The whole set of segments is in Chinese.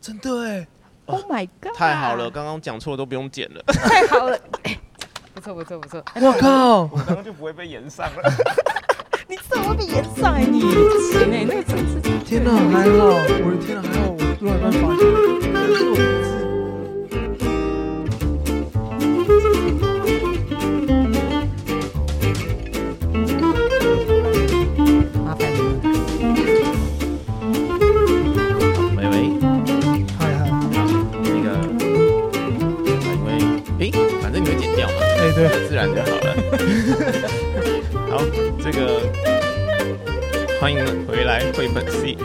真的哎， Oh my god！太好 了，，刚刚讲错都不用剪了，太好了，哎 不错不错不错，我靠！我刚刚就不会被延上了。你怎么会被延上哎你？不行哎，那个真是天哪，还好，我的天哪，还好，我突然办法现，这是我第一次。麻烦你了。喂喂。嗨嗨，那个，因为诶，反正你会剪掉嘛，哎，对，自然就好 了。好，这个欢迎回来绘本系，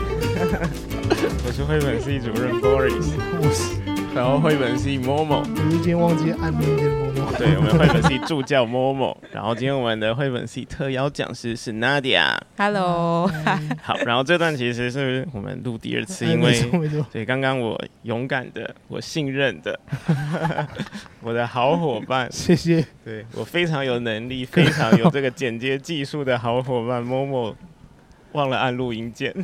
我是绘本系主任 Boris，我是，然后绘本系 Momo，我是今天忘记按明天某某。对我们绘本系助教 Momo，然后今天我们的绘本系特邀讲师是 Nadia。 Hello，哎好，然后这段其实是我们录第二 次，哎因没为错没错，对，刚刚我勇敢的，我信任 的，我的好伙伴，谢谢。对我非常有能力、非常有这个剪接技术的好伙伴 Momo，忘了按录音键。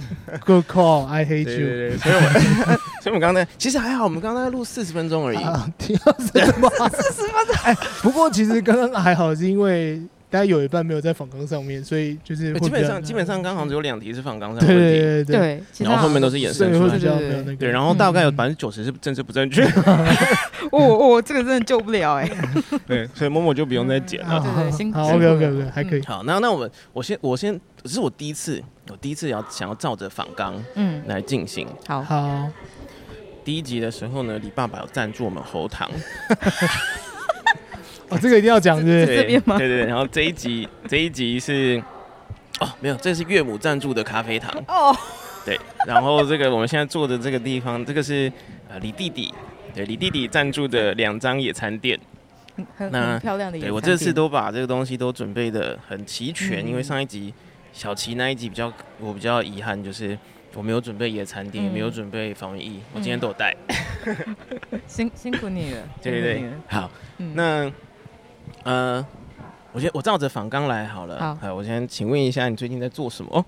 Good call, I hate 对对 you。对，所以我们，所以我们刚才其实还好，我们刚才录四十分钟而已。啊， 听到什么？ 哎，不过其实刚刚还好，是因为大家有一半没有在访纲上面，所以就是对会哎基本比较上基本上刚好只有两题是放刚上对的问题，对对对对，其实然后后面都是衍对，生所以出会来比的。较没有那个。对，然后大概有嗯百分之九十是政治不正确，我我这个真的救不了哎。对，所以 Momo 就不用再剪好了。对 对辛苦啊嗯好辛苦，OK 了 OK OK，还可以。好，那那我们我先我先，这是我第一次，我第一次要想要照着仿纲嗯，来进行。好，好，第一集的时候呢，李爸爸有赞助我们喉糖，哦，这个一定要讲，是不是？对 这边吗对对对，然后这一集这一集是哦，没有，这是岳母赞助的咖啡糖，哦，对。然后这个我们现在坐的这个地方，这个是呃李弟弟，对李弟弟赞助的两张野餐垫。很很那很漂亮的野对餐我这次垫都把这个东西都准备的很齐全，嗯因为上一集小齐那一集比较我比较遗憾就是。我没有准备野餐垫，也没有嗯准备防疫衣，我今嗯天都有带。辛辛苦你了，对对对辛苦你了， 好，嗯那呃，我先我照着仿纲来好了。好哎，我先请问一下，你最近在做什么？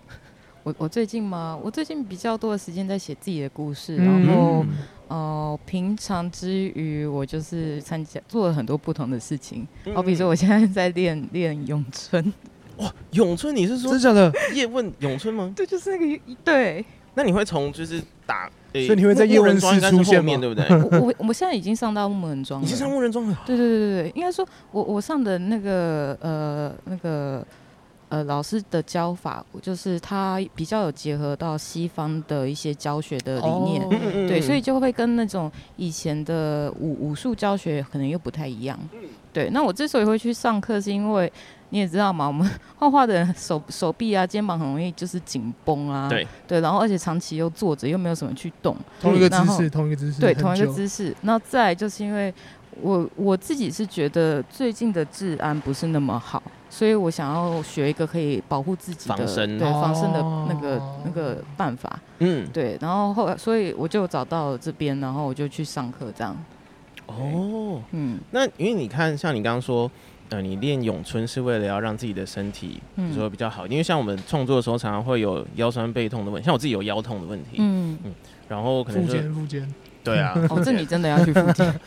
我我最近吗？我最近比较多的时间在写自己的故事，嗯然后呃，平常之余我就是参加做了很多不同的事情，嗯好哦比说我现在在练练咏春， 哇，咏嗯春，你是说真假的？叶问咏春吗？对，就是那个对那你会从就是打，所所以你会在叶问庄四应该是出现后面吗对不对？ 我我我现在已经上到木人庄你了，是上木人庄的，对对对对对，应该说我我上的那个呃那个呃老师的教法，就是他比较有结合到西方的一些教学的理念。哦嗯嗯嗯对，所以就会跟那种以前的武武术教学可能又不太一样。嗯对，那我之所以会去上课，是因为你也知道嘛，我们 画画的人手手臂啊、肩膀很容易就是紧绷啊。对然后而且长期又坐着，又没有什么去动。同一个然姿后势，同一个姿势，对，很同一个久姿势。那再来就是因为我我自己是觉得最近的治安不是那么好，所以我想要学一个可以保护自己的防身对防身的那个、哦那个办法。嗯对，然后后来所以我就找到了这边，然后我就去上课这样。哦，嗯那因为你看，像你刚刚说。呃，你练咏春是为了要让自己的身体，比如说嗯比较好，因为像我们创作的时候，常常会有腰酸背痛的问题，像我自己有腰痛的问题，嗯，然后可能复就健复 健。对啊，哦，这你真的要去 复健？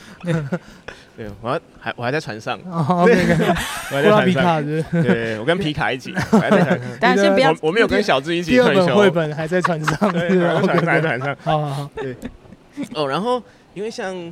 对，我还还我还在船上，哦，OK，我还布在拉船比上，卡是不是对，我跟皮卡 一起，我还在船上，大家先不要，我我没有跟小智一起第二退本绘休，本还在船上，是对，吧我还在 OK，OK，船上，还在船上。好好好， 哦，然后因为像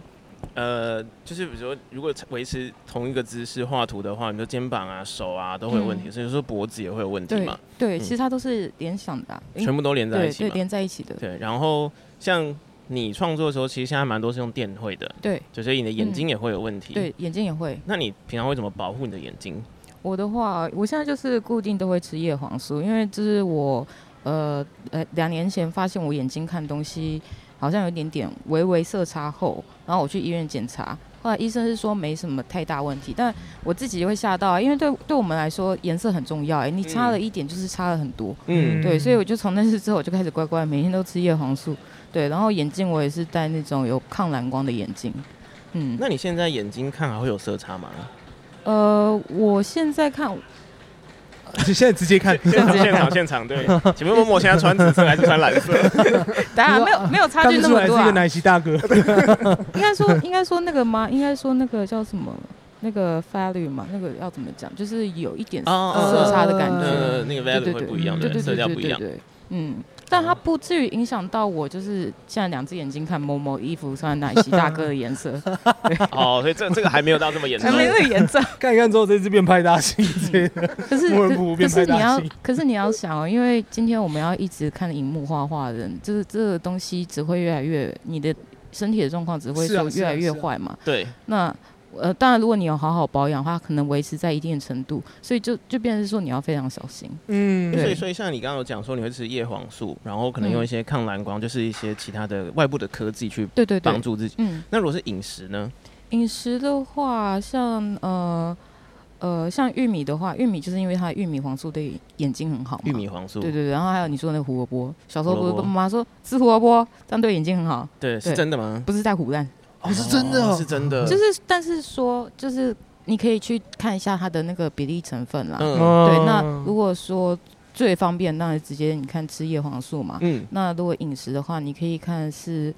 呃，就是比如说，如果维持同一个姿势画图的话，你说肩膀啊、手啊都会有问题，嗯所以说脖子也会有问题对嘛，对，嗯其实它都是联想的啊、因全部都连在一对起对嘛。连在一起的。对，然后像你创作的时候，其实现在蛮多是用电绘的，对嗯就所以你的眼睛也会有问题。对，眼睛也会。那你平常会怎么保护你的眼睛？我的话，我现在就是固定都会吃叶黄素，因为就是我呃呃两年前发现我眼睛看东西好像有一点点微微色差后，然后我去医院检查，后来医生是说没什么太大问题，但我自己会吓到啊，因为对对我们来说颜色很重要、哎，你嗯差了一点就是差了很多，嗯对，所以我就从那次之后我就开始乖乖每天都吃叶黄素，对，然后眼镜我也是戴那种有抗蓝光的眼镜，嗯，那你现在眼睛看还会有色差吗？呃，我现在看你现在直接看， 现现场现场 对，请问默默现在穿紫色还是穿蓝色？当然没有没有差看距不出那么来是多、一个啊，奶昔大哥。 应该说 应该说那个吗？应该说那个叫什么？那个 value 嘛，那个要怎么讲？就是有一点 哦哦哦色差的感觉，呃，那个对 value 对会对，嗯不一样，对对色对调对不一对样。哦对，嗯。但它不至于影响到我，就是现在两只眼睛看某某衣服上奶昔大哥的颜 色，哦，所以这这个还没有到这么严重 还。没那个 颜色。看一看之后，这次变派大星之类的。可是莫文可不可变是派你大要星， 可是你要想哦，因为今天我们要一直看荧幕画画的人，就是这个东西只会越来越，你的身体的状况只会是啊说是啊越来越是啊坏嘛。对，那呃，当然如果你有好好保养的话，可能维持在一定的程度，所以就就变成是说你要非常小心。嗯， 所以 对嗯所以像你刚刚有讲说你会吃叶黄素，然后可能用一些抗蓝光，就是一些其他的外部的科技去对对对帮，助自己。嗯，那如果是饮食呢？饮食的话，像呃呃像玉米的话，玉米就是因为它的玉米黄素对眼睛很好嘛。玉米黄素，对对对，然后还有你说的那个胡萝卜，小时候胡不萝是卜妈妈说吃胡萝卜，这样对眼睛很好，对，是对真的吗？不是在胡乱。哦，是真的是哦，真的，就是，但是说，就是你可以去看一下它的那个比例成分啦。嗯哦对，那如果说最方便，当然直接你看吃叶黄素嘛。嗯，那如果饮食的话，你可以看是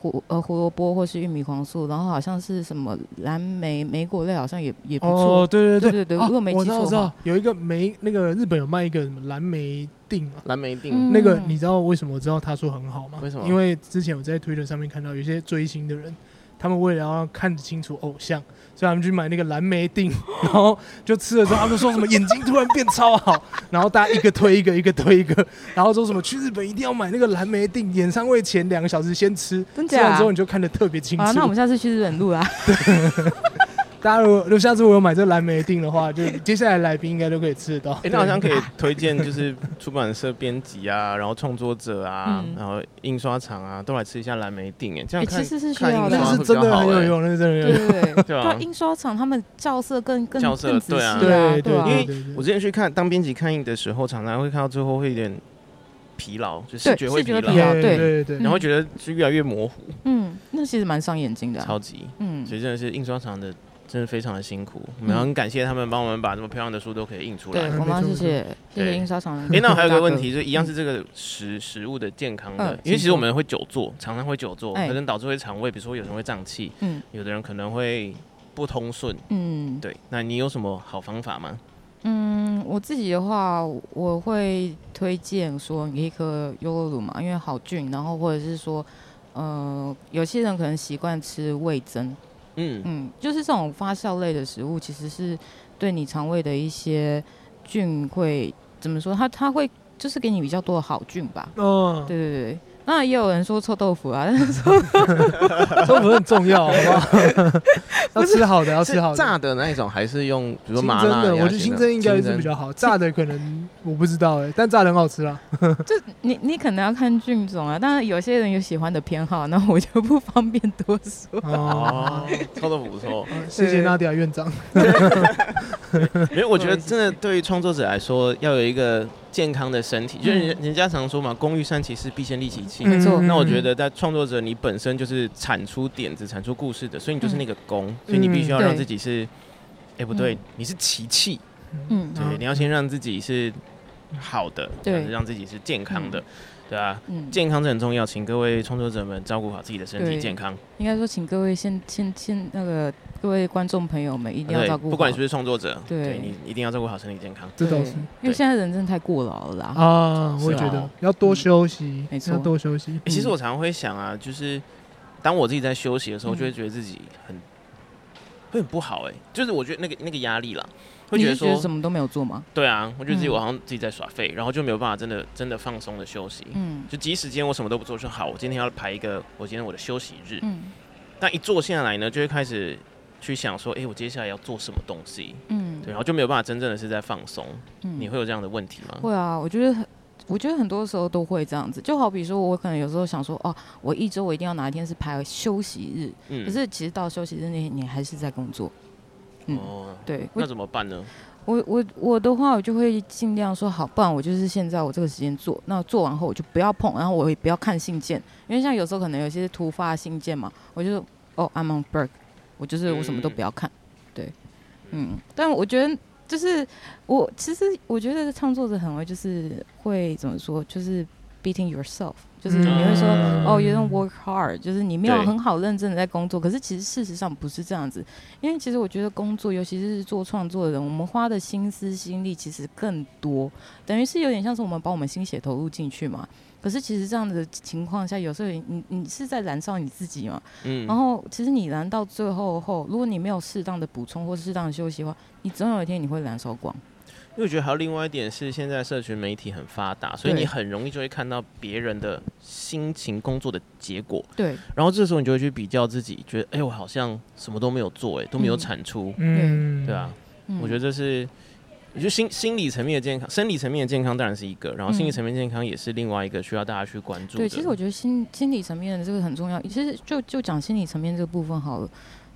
胡呃胡萝卜或是玉米黄素，然后好像是什么蓝莓莓果类，好像也也不错。哦，对对对对对啊如果没记我知道错我知道哈有一个梅，那个日本有卖一个什么蓝莓锭啊。蓝莓定，那个嗯你知道为什么我知道他说很好吗？为什么因为之前我在推特上面看到有些追星的人，他们为了要看得清楚偶像，所以他们去买那个蓝莓锭， 然后就吃了之后，他们说什么眼睛突然变超好， 然后大家一个推一个，一个推一个，然后说什么去日本一定要买那个蓝莓锭，演唱会前两个小时先吃，真吃假完之后你就看得特别清楚。好，那我们下次去日本录啊啦。大家如果如果下次我有买这蓝莓锭的话，就接下来来宾应该都可以吃得到。哎，那好像可以推荐，就是出版社编辑啊， 然后创作者啊，嗯然后印刷厂啊，都来吃一下蓝莓定，哎，这样诶看其实是需看要印的 那个刷会是比真较的很好有哎用，那是真的很有对用。对对， 对啊那印刷厂他们校色更更校更色仔细对啊啊，对对啊。对因对对我之前去看当编辑看印的时候，常常会看到最后会有点疲劳，就视对觉会视觉劳疲劳，嗯对对对对然后会觉得是越来越模糊，嗯，那其实蛮伤眼睛的啊。超级。嗯，所以真的是印刷厂的，真的非常的辛苦，我们很感谢他们帮我们把这么漂亮的书都可以印出来对，。没我们要错谢没错谢谢对谢印刷厂的大哥。哎、那我还有一个 问题，就一嗯样是这个食食物的健康的，嗯因为其实我们会久坐，常常会久坐，哎可能导致会肠胃，比如说有人会胀气，嗯有的人可能会不通顺。嗯对，那你有什么好方法吗？嗯，我自己的话，我会推荐说你可以喝优酪乳嘛，因为好菌，然后或者是说，呃，有些人可能习惯吃味增，嗯，嗯，就是这种发酵类的食物，其实是对你肠胃的一些菌会怎么说？它它会就是给你比较多的好菌吧。嗯，对对对，那也有人说臭豆腐啊，但 是中不是很重 要，好不好？要吃好的，要吃好是炸的。的那一种，还是用比如说清麻蒸辣的，呀我觉得清蒸应该是比。较好，炸的可能我不知道哎，但炸的很好吃 啦。就你你可能要看菌种啊，当然有些人有喜欢的偏好，那我就不方便多说。哦 哦，，臭豆腐不 错。谢谢娜迪亚院长。因为我觉得真的对于创作者来说，要有一个健康的身体，就是人人家常说嘛，“工欲善其事，必先利其器”没错嗯那我觉，得，在创作者你本身就是产出点子、产出故事的，所以你嗯就是那个工，所以你必须要让自己是，哎、不对，你是奇气，嗯，嗯对，你要先让自己是好的，对然后让自己是健康的，对啊，嗯，健康是很重要，请各位创作者们照顾好自己的身体对健康，应该说，请各位先先先那个各位观众朋友们一定要对照顾好，不管你是不是创作者，对对你一定要照顾好身体健康。这倒对是因为现在人真的太过劳了啦。啊，我也觉是得啊要多休息，嗯没错要多休息欸。嗯其实我常常会想啊，就是当我自己在休息的时候，嗯就会觉得自己很会很不好哎、就是我觉得那个那个压力啦，会你觉得是觉说得什么都没有做吗？对啊，我觉得自己嗯我好像自己在耍废，然后就没有办法真的真的放松的休息。嗯就即使今天我什么都不做，说好，我今天要排一个我今天我的休息日。嗯但一坐下来呢，就会开始去想说，哎、我接下来要做什么东西？嗯啊对，然后就没有办法真正的是在放松。嗯你会有这样的问题吗？会啊，我觉得我觉得很多时候都会这样子，就好比说，我可能有时候想说，哦，我一周我一定要哪一天是排休息日，嗯可是其实到休息日那天，你还是在工作。嗯哦，对，那我怎么办呢？我我我的话，我就会尽量说好，不然我就是现在我这个时间做，那做完后我就不要碰，然后我也不要看信件，因为像有时候可能有些突发信件嘛，我就说哦，I'm on break，我就是我什么都不要看，对，嗯，但我觉得就是我其实我觉得创作者很会就是会怎么说，就是 beating yourself，就是你会说、嗯哦，有点 work hard，就是你没有对很好认真的在工作，可是其实事实上不是这样子，因为其实我觉得工作，尤其是做创作的人，我们花的心思心力其实更多，等于是有点像是我们把我们心血投入进去嘛。可是其实这样的情况下，有时候你你你是在燃烧你自己嘛，嗯，然后其实你燃到最后后，如果你没有适当的补充或适当的休息的话，你总有一天你会燃烧光。因为我觉得还有另外一点是，现在社群媒体很发达，所以对你很容易就会看到别人的心情、工作的结果，对，然后这时候你就会去比较自己，觉得哎、我好像什么都没有做、哎，都没有产出，嗯，对啊，嗯我觉得这是，我觉得心心理层面的健康，生理层面的健康当然是一个，然后嗯心理层面健康也是另外一个需要大家去关注的。对，其实我觉得心心理层面的这个很重要。其实就就讲心理层面这个部分好了。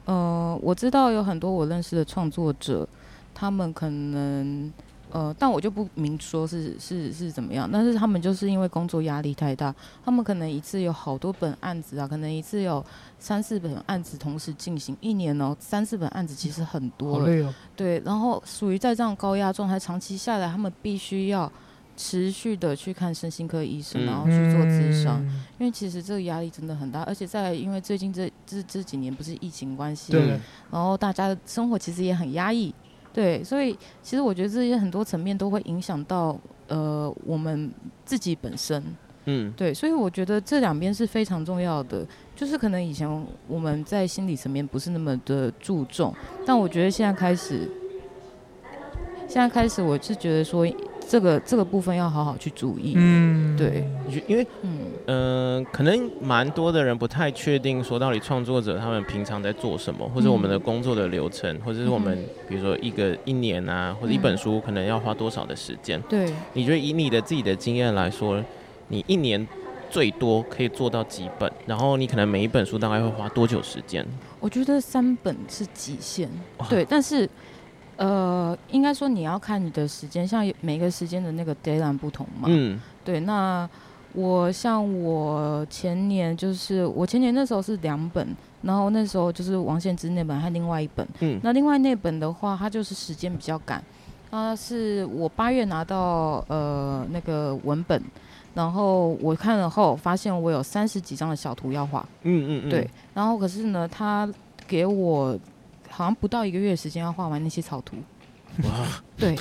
呃，我知道有很多我认识的创作者，他们可能呃，但我就不明说是是是怎么样，但是他们就是因为工作压力太大，他们可能一次有好多本案子啊，可能一次有三四本案子同时进行，一年哦、三四本案子其实很好多了。累哦，对，然后属于在这样高压状态长期下来，他们必须要持续的去看身心科医嗯生，然后去做咨商，嗯，因为其实这个压力真的很大，而且在因为最近这这这几年不是疫情关系，对，然后大家的生活其实也很压抑，对，所以其实我觉得这些很多层面都会影响到呃我们自己本身，嗯，对，所以我觉得这两边是非常重要的，就是可能以前我们在心理层面不是那么的注重，但我觉得现在开始，现在开始我是觉得说这个这个部分要好好去注意。嗯，对，我觉得因为嗯，嗯、呃可能蛮多的人不太确定说到底创作者他们平常在做什么，或者我们的工作的流程，或者是我们嗯比如说一个一年啊，或者一本书可能要花多少的时间。对，你觉得以你的自己的经验来说，你一年最多可以做到几本？然后你可能每一本书大概会花多久时间？我觉得三本是极限哇，对，但是。呃，应该说你要看你的时间，像每个时间的那个 deadline 不同嘛。嗯，对，那我像我前年就是我前年那时候是两本，然后那时候就是王献之那本和另外一本，嗯那另外那本的话，它就是时间比较赶，它是我八月拿到呃那个文本，然后我看了后发现我有三十几张的小图要画，嗯嗯嗯，对，然后可是呢，他给我好像不到一个月的时间要画完那些草图，哇，对，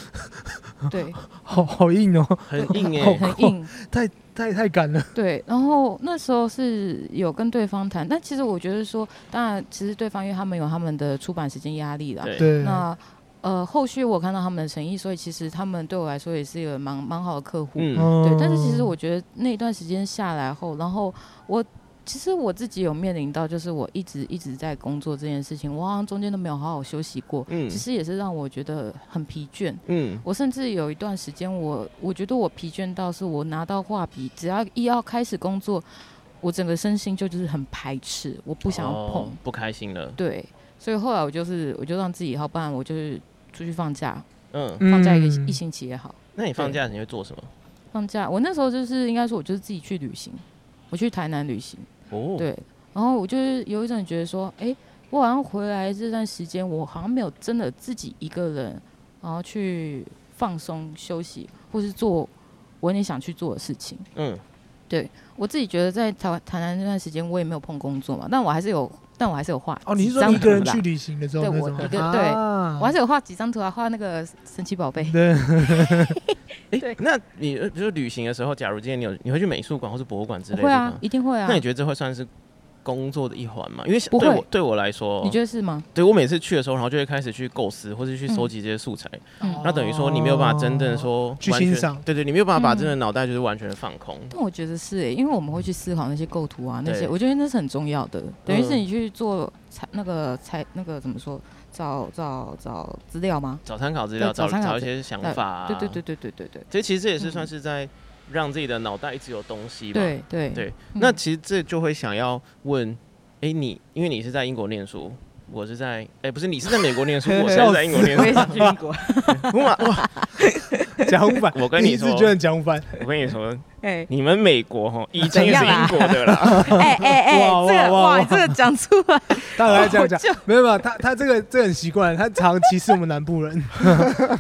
对，好好硬哦，很 硬哎、好很 硬，太太赶了，对，然后那时候是有跟对方谈，但其实我觉得说，当然，其实对方因为他们有他们的出版时间压力啦。对对，那呃，后续我看到他们的诚意，所以其实他们对我来说也是一个蛮蛮好的客户。嗯，哦，对，但是其实我觉得那一段时间下来后，然后我其实我自己有面临到，就是我一直一直在工作这件事情，我好像中间都没有好好休息过，嗯其实也是让我觉得很疲倦。嗯，我甚至有一段时间，我我觉得我疲倦到是我拿到画笔，只要一要开始工作，我整个身心就就是很排斥，我不想要碰。哦不开心了。对，所以后来我就是我就让自己好，不然我就是出去放假，嗯，嗯放假一个、一星期也好。那你放假你会做什么？放假，我那时候就是应该说，我就是自己去旅行，我去台南旅行。哦，，对，然后我就是有一种觉得说，哎、我好像回来这段时间，我好像没有真的自己一个人，然后去放松休息，或是做我有点想去做的事情。嗯，我自己觉得在台湾台南那段时间，我也没有碰工作嘛，但我还是有，但我还是有画哦，你是几说张你一个人图啦去旅行的时候对那我种一啊？个对我还是有画几张图啊，画那个神奇宝贝。对，哎、对那你呃比如说旅行的时候，假如今天你有你会去美术馆或是博物馆之类的会啊吗，？一定会啊那。你觉得这会算是工作的一环吗？因为不对会我对我来说，你觉得是吗？对我每次去的时候，然后就会开始去构思或是去收集这些素材，嗯那等于说你没有办法真正说去完全欣赏对对，你没有办法把嗯真的脑袋就是完全放空。但我觉得是、欸，因为我们会去思考那些构图啊，那对些我觉得那是很重要的，等于是嗯你去做采那个采那个怎么说，找找找资料吗？找参考资料，对找找参考找一资些想对法、啊。对对对对对对对，所以其实这也是算是在让自己的脑袋一直有东西吧。对对对，嗯那其实这就会想要问，哎、你因为你是在英国念书，我是在，哎、不是你是在美国念 书，我是在英国念 我也书。想去 英国。我嘛哇，讲哦反， 我跟你你一直说觉得讲反，我跟你说，哎你们美国哈以前也是怎样啊啦英国的啦，哎哎哎，哇哇这个哇哇，哇这个讲出来， 大概这样 讲我就，没有没有，他他这个这个很习惯，他常歧视我们南部人。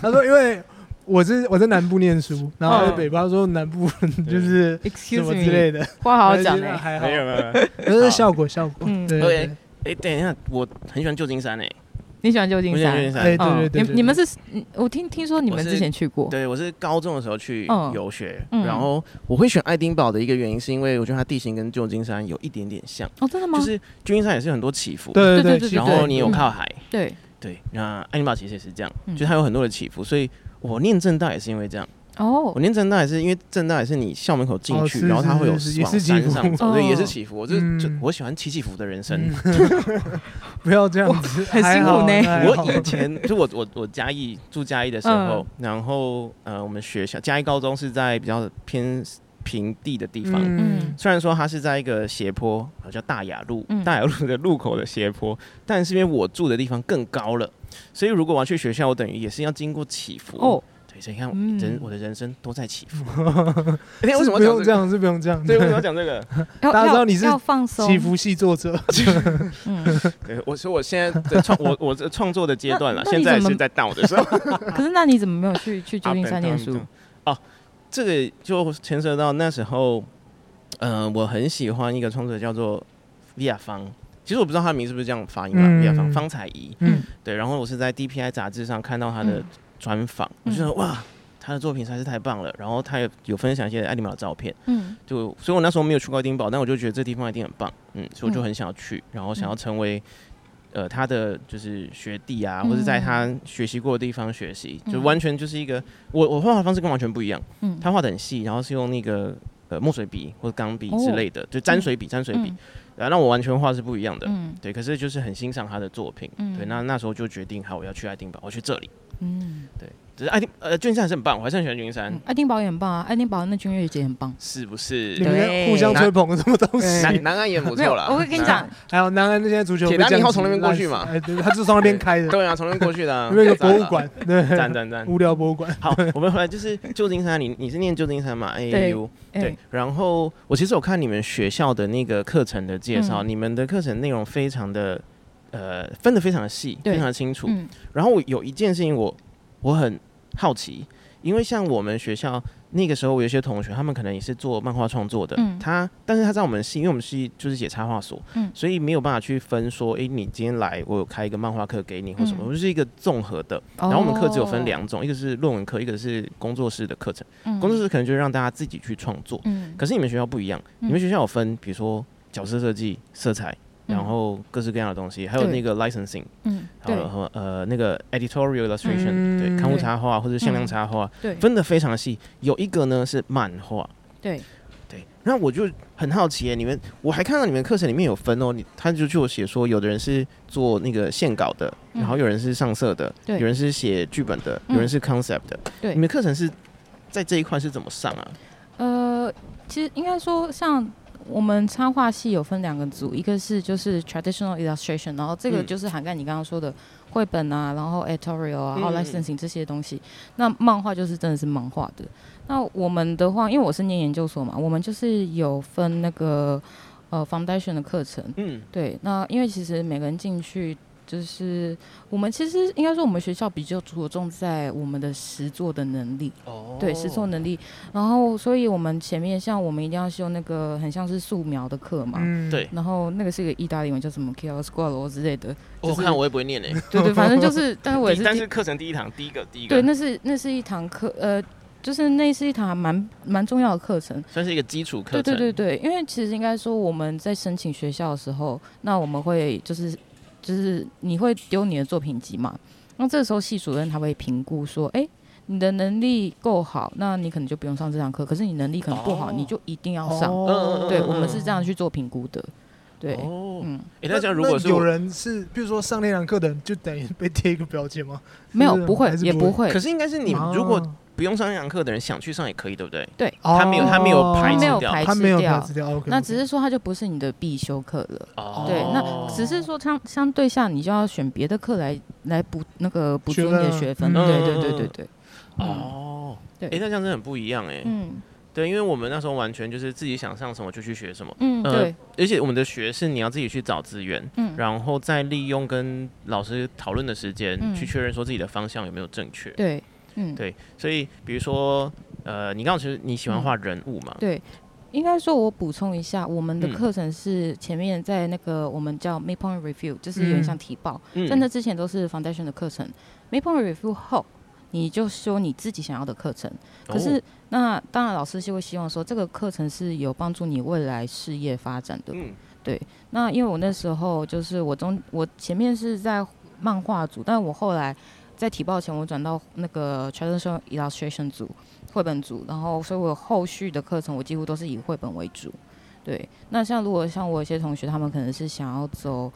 他说因为我是我在南部念书，然后他在嗯北方说南部人就是什 excuse 么之 me， 类的，话好好讲那哎。还好欸没，有没有。没有那是效果效果。嗯对对对 OK 哎、等一下，我很喜欢旧金山诶、你喜欢旧我金很喜欢旧山金？哎对山。对对嗯对你你们是，嗯我听听说你们我是之前去过，对，我是高中的时候去嗯游学，嗯然后我会选爱丁堡的一个原因，是因为我觉得它地形跟旧金山有一点点像，哦，真的吗？就是旧金山也是很多起伏，对对对对，对然后你有靠海，对，对，那爱丁堡其实也是这样，嗯就它有很多的起伏，所以我念正大也是因为这样，哦我，念正大也是因为正大也是你校门口进哦去，是然后它是会有是是也往是起山伏上走，对，哦也是起伏，我就就嗯我喜欢起起伏的人生。嗯 不要这样子，很辛苦呢还好还好我以前 就我我我嘉义住嘉义的时嗯候，然后呃我们学校嘉义高中是在比较偏平地的地方，嗯虽然说它是在一个斜坡，呃叫大雅路，嗯大雅路的路口的斜坡，但是因为我住的地方更高了，所以如果我要去学校，我等于也是要经过起伏。哦，对，所以你看，嗯人我的人生都在起伏。哎、为什是么不要用这讲这个？样？是不用这样。对，为什么要讲这个？要大家知道要你是要放松起，伏系作者，嗯， 对，我说我现在的创，我我这创作的阶段了，那那现你在怎么是在倒的时候。可是那你怎么没有去去啊旧金山念书？哦，这个就牵涉到那时候，呃，我很喜欢一个创作者叫做利亚芳，其实我不知道他的名字是不是这样发音啦，嗯利亚芳方彩怡。嗯对，然后我是在 DPI 杂志上看到他的嗯专访，我就觉得哇，他的作品实在是太棒了。然后他有有分享一些爱丁堡的照片，嗯，就所以我那时候没有去过爱丁堡，但我就觉得这地方一定很棒，嗯，所以我就嗯很想要去，然后想要嗯成为。呃，他的就是学弟啊，或者在他学习过的地方学习，就嗯完全就是一个我我画画方式跟完全不一样。嗯，他画的很细，然后是用那个呃墨水笔或者钢笔哦之类的，就沾水笔、沾水笔嗯，然后那我完全画是不一样的。嗯对，可是就是很欣赏他的作品。嗯对，那那时候就决定，好，我要去爱丁堡，我去这里。嗯，只是爱丁呃，军山还是很棒，我还是很喜欢军山嗯，爱丁堡也很棒啊，爱丁堡那军乐节很棒。是不是你？们在对互相吹捧什么东西？南南岸也不没有，错啦。我会跟你南岸讲，，还有南安那些足球铁被达尼降号级从那边过烂去死嘛哎，对，他就是从那边 开的，对啊，从那边过去 ，的啊因为有个博赞物啦，馆，对， 赞赞赞。无聊博物馆。好，我们回来就是旧金山，你你是念旧金山嘛对？AU 对哎，，然后我其实有看你们学校的那个课程的介绍，嗯你们的课程内容非常的呃分的非常的细，对非常的清楚。嗯然后我有一件事情我我很好奇，因为像我们学校那个时候，我有些同学他们可能也是做漫画创作的，嗯他但是他在我们系，因为我们系就是写插画所，嗯所以没有办法去分说，诶，你今天来，我有开一个漫画课给你或什么，嗯哦我就是一个综合的。然后我们课只有分，两种，一个是论文课，一个是工作室的课程。哦工作，室可能就是让大家自己去创作，嗯嗯可是你们学校不一样，嗯你们学校有分，比如说角色设计、色彩，然后各式各样的东西，还有嗯那对个 licensing，嗯，还有对和呃那个 editorial illustration，、嗯对，刊物对嗯插画或者限量插画，对分的非常细。有一个呢是漫画，对，对，那我就很好奇耶，你们我还看到你们课程里面有分哦，你他就就有写说，有的人是做那个线稿的，嗯然后有人是上色的，对有人是写剧本的，嗯有人是 concept 的，对你们课程是在这一块是怎么上啊？呃，其实应该说，像我们插画系有分两个组，一个是就是 traditional illustration，然后这个嗯就是涵盖你刚刚说的绘本啊，然后 editorial 啊，然后嗯嗯嗯 licensing 这些东西。那漫画就是真的是漫画的。那我们的话，因为我是念研究所嘛，我们就是有分那个呃 foundation 的课程，嗯，对，那因为其实每个人进去，就是我们其实应该说我们学校比较着重在我们的实作的能力，哦对实作能力。然后，所以我们前面像我们一定要修那个很像是素描的课嘛。嗯，对，然后那个是一个意大利文，叫什么 k i o s q u a l o 之类的，我就是看我也不会念诶、对对， 反正就是，但是我也是但听是课程第一堂第一个第一对，个，那是那是一堂课，呃，就是那是一堂还蛮蛮重要的课程，算是一个基础课对程。对对对，因为其实应该说我们在申请学校的时候，那我们会就是就是你会丢你的作品集嘛，那这时候系主任他会评估说，哎、你的能力够好，那你可能就不用上这堂课；可是你能力可能不好，哦你就一定要哦上。嗯嗯嗯对，嗯我们是这样去做评估的。对，哦，嗯，哎、那这样如果那是有我，人是，比如说上那堂课的人，就等于被贴一个标签吗？没有是不会还，是也不会不会可。是应该是你啊如果不用上那堂课的人想去上也可以，对不对？对，他没有他没有排哦他斥没有掉排哦他没有斥排掉斥，掉，OK，那只是说它就不是你的必修课了。哦对，那只是说相相对下，你就要选别的课来来补那个补学足你分的啊学分。嗯对对对对对，哦，嗯对哎，那这样真的很不一样哎。嗯对，因为我们那时候完全就是自己想上什么就去学什么，嗯呃对而且我们的学是你要自己去找资源，嗯然后再利用跟老师讨论的时间嗯去确认说自己的方向有没有正确。对嗯对所以比如说，呃，你刚好其实你喜欢画人物嘛？嗯对，应该说，我补充一下，我们的嗯课程是前面在那个我们叫 Midpoint Review，就是嗯有点像提报，嗯在那之前都是 Foundation 的课程，Midpoint Review 后。你就修你自己想要的课程，可是、哦那当然老师就会希望说这个课程是有帮助你未来事业发展的。嗯那因为我那时候就是我中我前面是在漫画组，但我后来在体报前我转到那个 traditional illustration 组绘本组，然后所以我后续的课程我几乎都是以绘本为主。对，那像如果像我有些同学，他们可能是想要走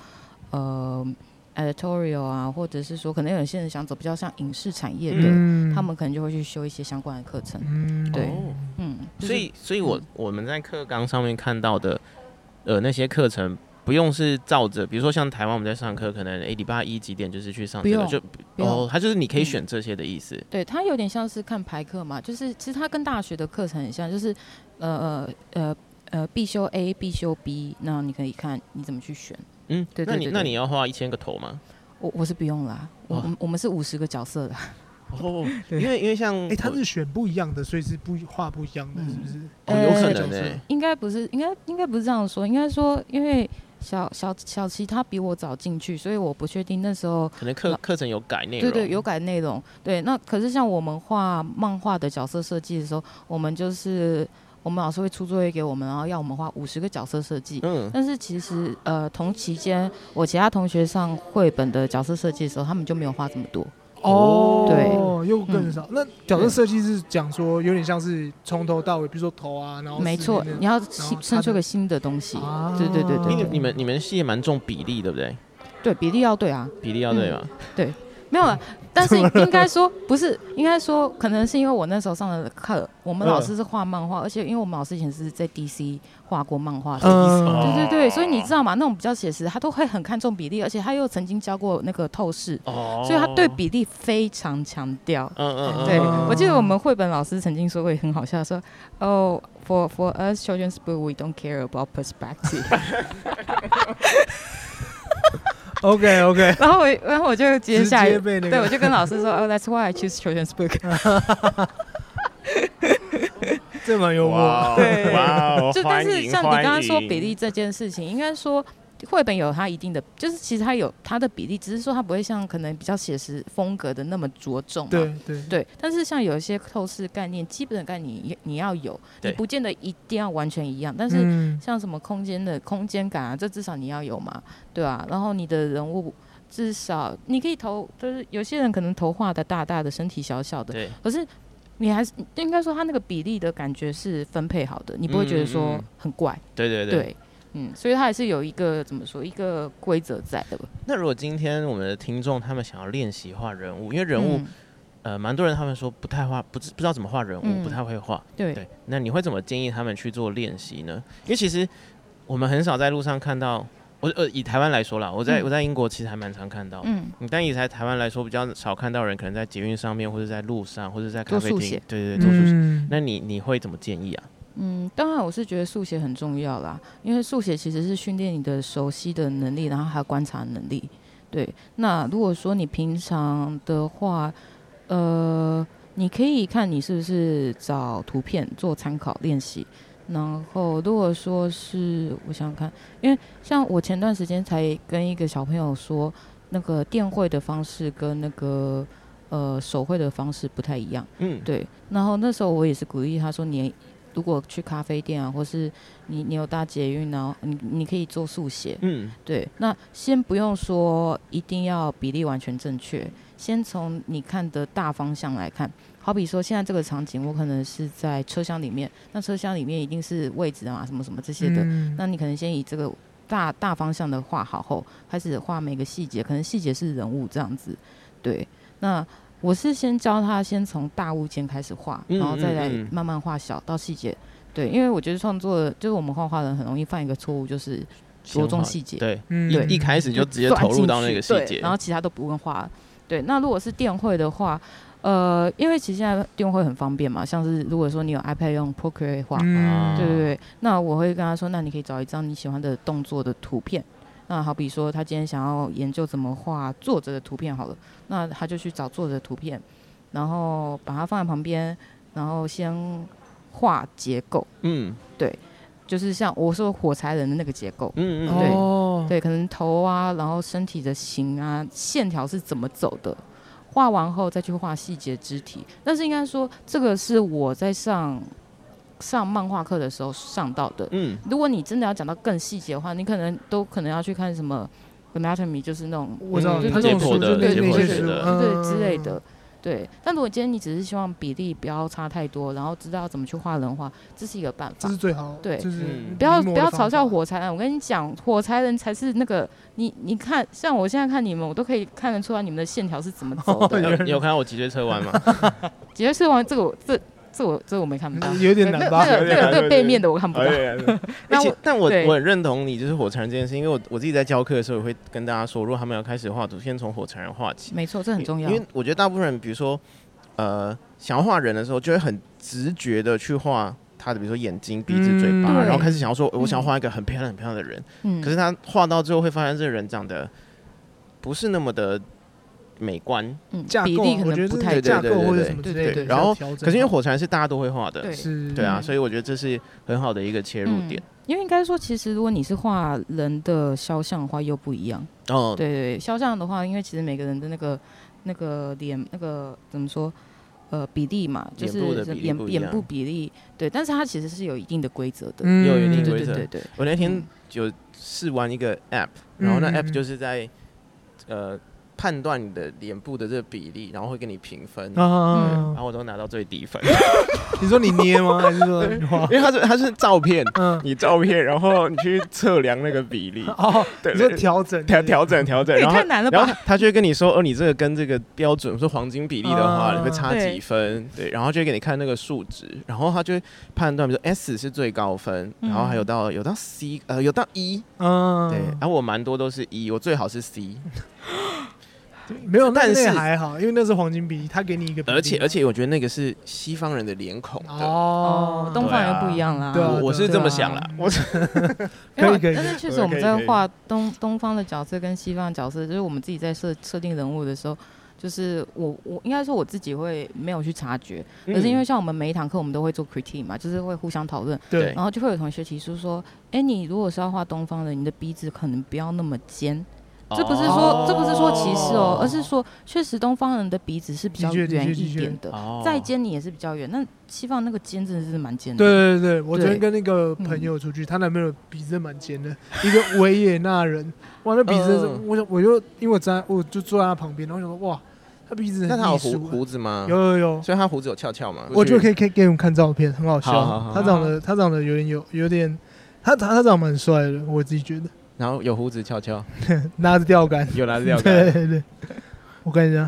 呃 editorial 啊，或者是说可能有些人想走比较像影视产业的，嗯他们可能就会去修一些相关的课程。嗯对哦嗯，就是嗯所以所以我、我们在课纲上面看到的，呃，那些课程。不用是照着，比如说像台湾我们在上课，可能哎诶礼拜一几点就是去上不这个，用就不用哦，它就是你可以嗯选这些的意思。对，它有点像是看排课嘛，就是其实它跟大学的课程很像，就是呃呃呃呃必修 A、必修 B，那你可以看你怎么去选。嗯，对那对你对那对你要画一千个头吗？我我是不用啦，我哇我们我们是五十个角色啦。 哦，对因为因为像哎，他我是选不一样的，所以是不画不一样的，嗯是不是？哦有可呃能哎、应该不是，应该应该不是这样说，应该说因为小小小齐他比我早进去，所以我不确定那时候可能课课程有改内容，对对，有改内容。对，那可是像我们画漫画的角色设计的时候，我们就是我们老师会出作业给我们，然后要我们画五十个角色设计。嗯，但是其实呃，同期间我其他同学上绘本的角色设计的时候，他们就没有画这么多。哦，对，嗯又更少。那角色设计是讲说，有点像是从头到尾，比如说头啊，然后没错四，面你要新他生出的个新的东西，啊对对对对因为对你们你们系也蛮重比例，对不对？对比例要对啊，比例要对吧？没有了。啊嗯 但是应该说不是，应该说可能是因为我那时候上的课，我们老嗯师是画漫画，而且因为我们老师以前是在 DC 画过漫画的，嗯，对对对，所以你知道吗？那种比较写实，他都会很看重比例，而且他又曾经教过那个透视，哦，嗯所以他对，比例非常强调。嗯嗯嗯，对，哦我记得我们绘本老师曾经说过也很好笑，说哦、oh,，for for us children's book we don't care about perspective。 OK OK，然后我然后我就接直下接来，被那对我个就跟老师说，哦、oh,，that's why I choose children's book。这蛮幽默。哇哦对哇哦， 就但欢是迎像你刚刚说欢迎比例这件事情，应该说绘本有它一定的，就是其实它有它的比例，只是说它不会像可能比较写实风格的那么着重嘛。啊对对，对，但是像有一些透视概念，基本的概念你你要有，对你不见得一定要完全一样，但是嗯，像什么空间的空间感啊，这至少你要有嘛，对啊，然后你的人物至少你可以投，就是有些人可能头画的大大的，身体小小的，对，可是你还是应该说他那个比例的感觉是分配好的，你不会觉得嗯嗯说嗯很怪，对对对。对，嗯，所以它还是有一个怎么说一个规则在的吧。那如果今天我们的听众他们想要练习画人物，因为人物嗯呃，蛮多人他们说不太画，不知不知道怎么画人物，嗯不太会画。对对，那你会怎么建议他们去做练习呢？因为其实我们很少在路上看到，我呃以台湾来说啦，我在嗯我在英国其实还蛮常看到，嗯嗯，但以在台湾来说，比较少看到人可能在捷运上面，或者在路上，或者在咖啡做速厅写，对对对，嗯做速写。那你你会怎么建议啊？嗯，当然我是觉得速写很重要啦，因为速写其实是训练你的熟悉的能力，然后还有观察能力。对，那如果说你平常的话，呃，你可以看你是不是找图片做参考练习。然后，如果说是我想想看，因为像我前段时间才跟一个小朋友说，那个电绘的方式跟那个呃手绘的方式不太一样。嗯，对，然后那时候我也是鼓励他说，你如果去咖啡店啊，或是你你有搭捷运啊，你你可以做速写。嗯，对，那先不用说一定要比例完全正确，先从你看的大方向来看。好比说现在这个场景，我可能是在车厢里面，那车厢里面一定是位置啊，什么什么这些的。嗯那你可能先以这个大大方向的画好后，开始画每个细节，可能细节是人物这样子，对。那我是先教他先从大物件开始画，嗯然后再来嗯嗯慢慢画小到细节。对，因为我觉得创作就是我们画画人很容易犯一个错误，就是着重细节，对，嗯对一一开始就直接投入到那个细对节，然后其他都不用画。对，那如果是电绘的话，呃，因为其实现在电绘很方便嘛，像是如果说你有 iPad 用 Procreate 画，嗯对对对，那我会跟他说，那你可以找一张你喜欢的动作的图片。那好比说，他今天想要研究怎么画作者的图片好了，那他就去找作者的图片，然后把它放在旁边，然后先画结构，嗯就是像我说火柴人的那个结构，嗯嗯对嗯，哦，对，可能头啊，然后身体的形啊，线条是怎么走的。画完后再去画细节肢体，但是应该说，这个是我在上上漫画课的时候上到的。嗯如果你真的要讲到更细节的话，你可能都可能要去看什么 anatomy，就是那种我知道嗯他这种解书剖就的那解那剖些学书的对之类的。对，但如果今天你只是希望比例不要差太多，然后知道怎么去画人画，这是一个办这法是。最好，对就是嗯不要临摹的不要方嘲笑法，火柴人，我跟你讲，火柴人才是那个你你看，像我现在看你们，我都可以看得出来你们的线条是怎么 走 哦的。有有看到我脊椎侧弯吗？解决是完这个我这这我这我没看不到，有点难哎吧那？个那个那个那个背面的我看不到。 那而且我哎但我对我很认同你，就是火柴人这件事，因为我我自己在教课的时候也会跟大家说，如果他们要开始画图，先从火柴人画起，没错，这很重要因。为我觉得大部分人，比如说呃，想要画人的时候，就会很直觉的去画他的，比如说眼睛、鼻子、嗯嘴巴，对然后开始想要说，呃我想要画一个很漂亮、很漂亮的人。嗯可，是他画到最后会发现，这个人长得不是那么的美观。嗯架比构例啊，可我觉能得不这太是架对对构对或者对什么之对类的对，然后需要调整可是因为火柴人是大家都会画的，对是，对啊，嗯所以我觉得这是很好的一个切入嗯点。因为应该说，其实如果你是画人的肖像的话，又不一样。哦，对对，对肖像的话，因为其实每个人的那个那个脸那个怎么说，呃，比例嘛，就脸是部的比例眼不一眼样部比例，对，但是它其实是有一定的规则的。嗯又有一定对规对则对对，我那天嗯就试玩一个 app，然后那嗯嗯 app 嗯就是在呃判断你的脸部的这个比例，然后会给你评分。然啊，后我都拿到最低分，哦你说你捏吗？还是说你画？ 因为它是它是照片，嗯，你照片，然后你去测量那个比例，哦，对你说对调整调调整调整，也然后太难了然后吧？他就会跟你说，哦，你这个跟这个标准是黄金比例的话，啊你会差对几分？对，然后就会给你看那个数值，然后他就会判断，比如说 S 是最高分，嗯然后还有到有到 C，呃，有到 E，嗯，对，然后我蛮多都是 E，我最好 是 C，没有，那但那是还好，因为那是黄金比例，他给你一个比例，而且而且我觉得那个是西方人的脸孔的，哦哦，，东方人又不一样啦。对啊我我是这么想对啦啊，我是因可为呃以可以但是确实对我们可以在可以画东东方的角色跟西方的角色，就是我们自己在设设定人物的时候，就是我我应该说我自己会没有去察觉，可是因嗯为像我们每一堂课我们都会做 critique 嘛，就是会互相讨论，对，然后就会有同学提出说，哎、你如果是要画东方的，你的鼻子可能不要那么尖。哦这不是说、这不是说歧视哦，而是说确实东方人的鼻子是比的较确的圆确一的确点的，哦再尖你也是比较圆。那西方那个尖真的是蛮尖的。对对对，我昨天跟对那个朋友出去，她男朋友鼻子蛮尖的，一个维也纳人，哇，那鼻子是嗯，我想我就因为我站，我就坐在他旁边，然后想说哇，他鼻子那很他有艺胡术啊，胡子吗？有，有有，所以他胡子有翘翘吗？我就可以可以给你们看照片，很好好好笑好，他长得他长得有点有有点，他他他长得蛮帅的，我自己觉得，然后有胡子翘翘，拿着钓竿，有 拿着钓竿对。对对，我看一下，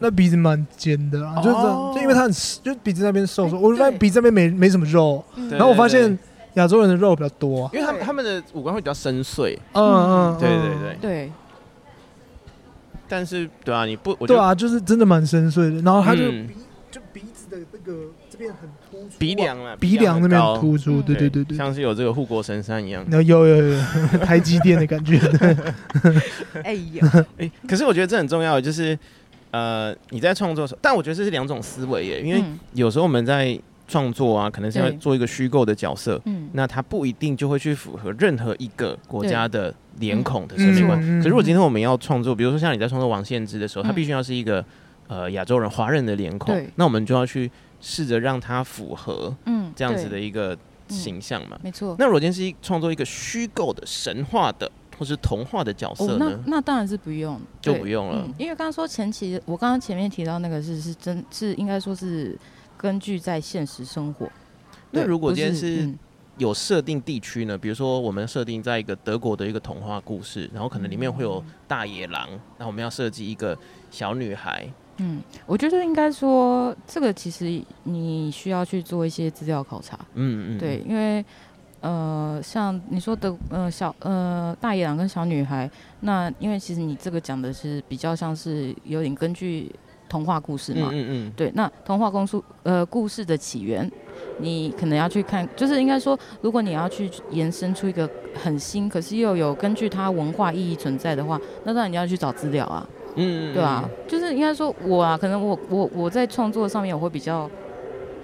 那鼻子蛮尖的啊，就这哦样，就因为他很就鼻子那边瘦瘦，哎我就发现对鼻子那边没没什么肉，嗯对然后我发对现亚洲人的肉比较多啊，因为他们他们的五官会比较深邃，嗯嗯，嗯对对对。对，但是对啊，你不，我对就啊，就是真的蛮深邃的，然后他就嗯鼻就鼻子的那个这边很突出，鼻梁啊，鼻梁那很高边突出，嗯对对对对。像是有这个护国神山一样。那有有有台积电的感觉，对哎呀， 哎，可是我觉得这很重要，就是呃，你在创作的时候，但我觉得这是两种思维耶，因为嗯有时候我们在创作啊，可能是要对做一个虚构的角色，嗯那他不一定就会去符合任何一个国家的脸孔的对审美观。嗯嗯可是如果今天我们要创作，比如说像你在创作王献之的时候，他嗯必须要是一个呃亚洲人、华人的脸孔对，那我们就要去试着让他符合嗯，这样子对的一个形象嘛。没错。那如果今天是一创作一个虚构的、神话的或是童话的角哦色，那呢，那当然是不用，就对不用了嗯。因为刚刚说前期，我刚刚前面提到那个是是真是应该说是根据在现实生活。那对如果不今天是嗯有设定地区呢，比如说我们设定在一个德国的一个童话故事，然后可能里面会有大野狼，那我们要设计一个小女孩，嗯，我觉得应该说，这个其实你需要去做一些资料考察，嗯嗯，对，因为呃，像你说的，呃，小呃大野狼跟小女孩，那因为其实你这个讲的是比较像是有点根据童话故事嗯嘛，嗯对，那童话公诉呃故事的起源，你可能要去看，就是应该说，如果你要去延伸出一个很新，可是又有根据它文化意义存在的话，那当然你要去找资料啊，嗯嗯，对啊，，就是应该说我啊，可能我我我在创作上面我会比较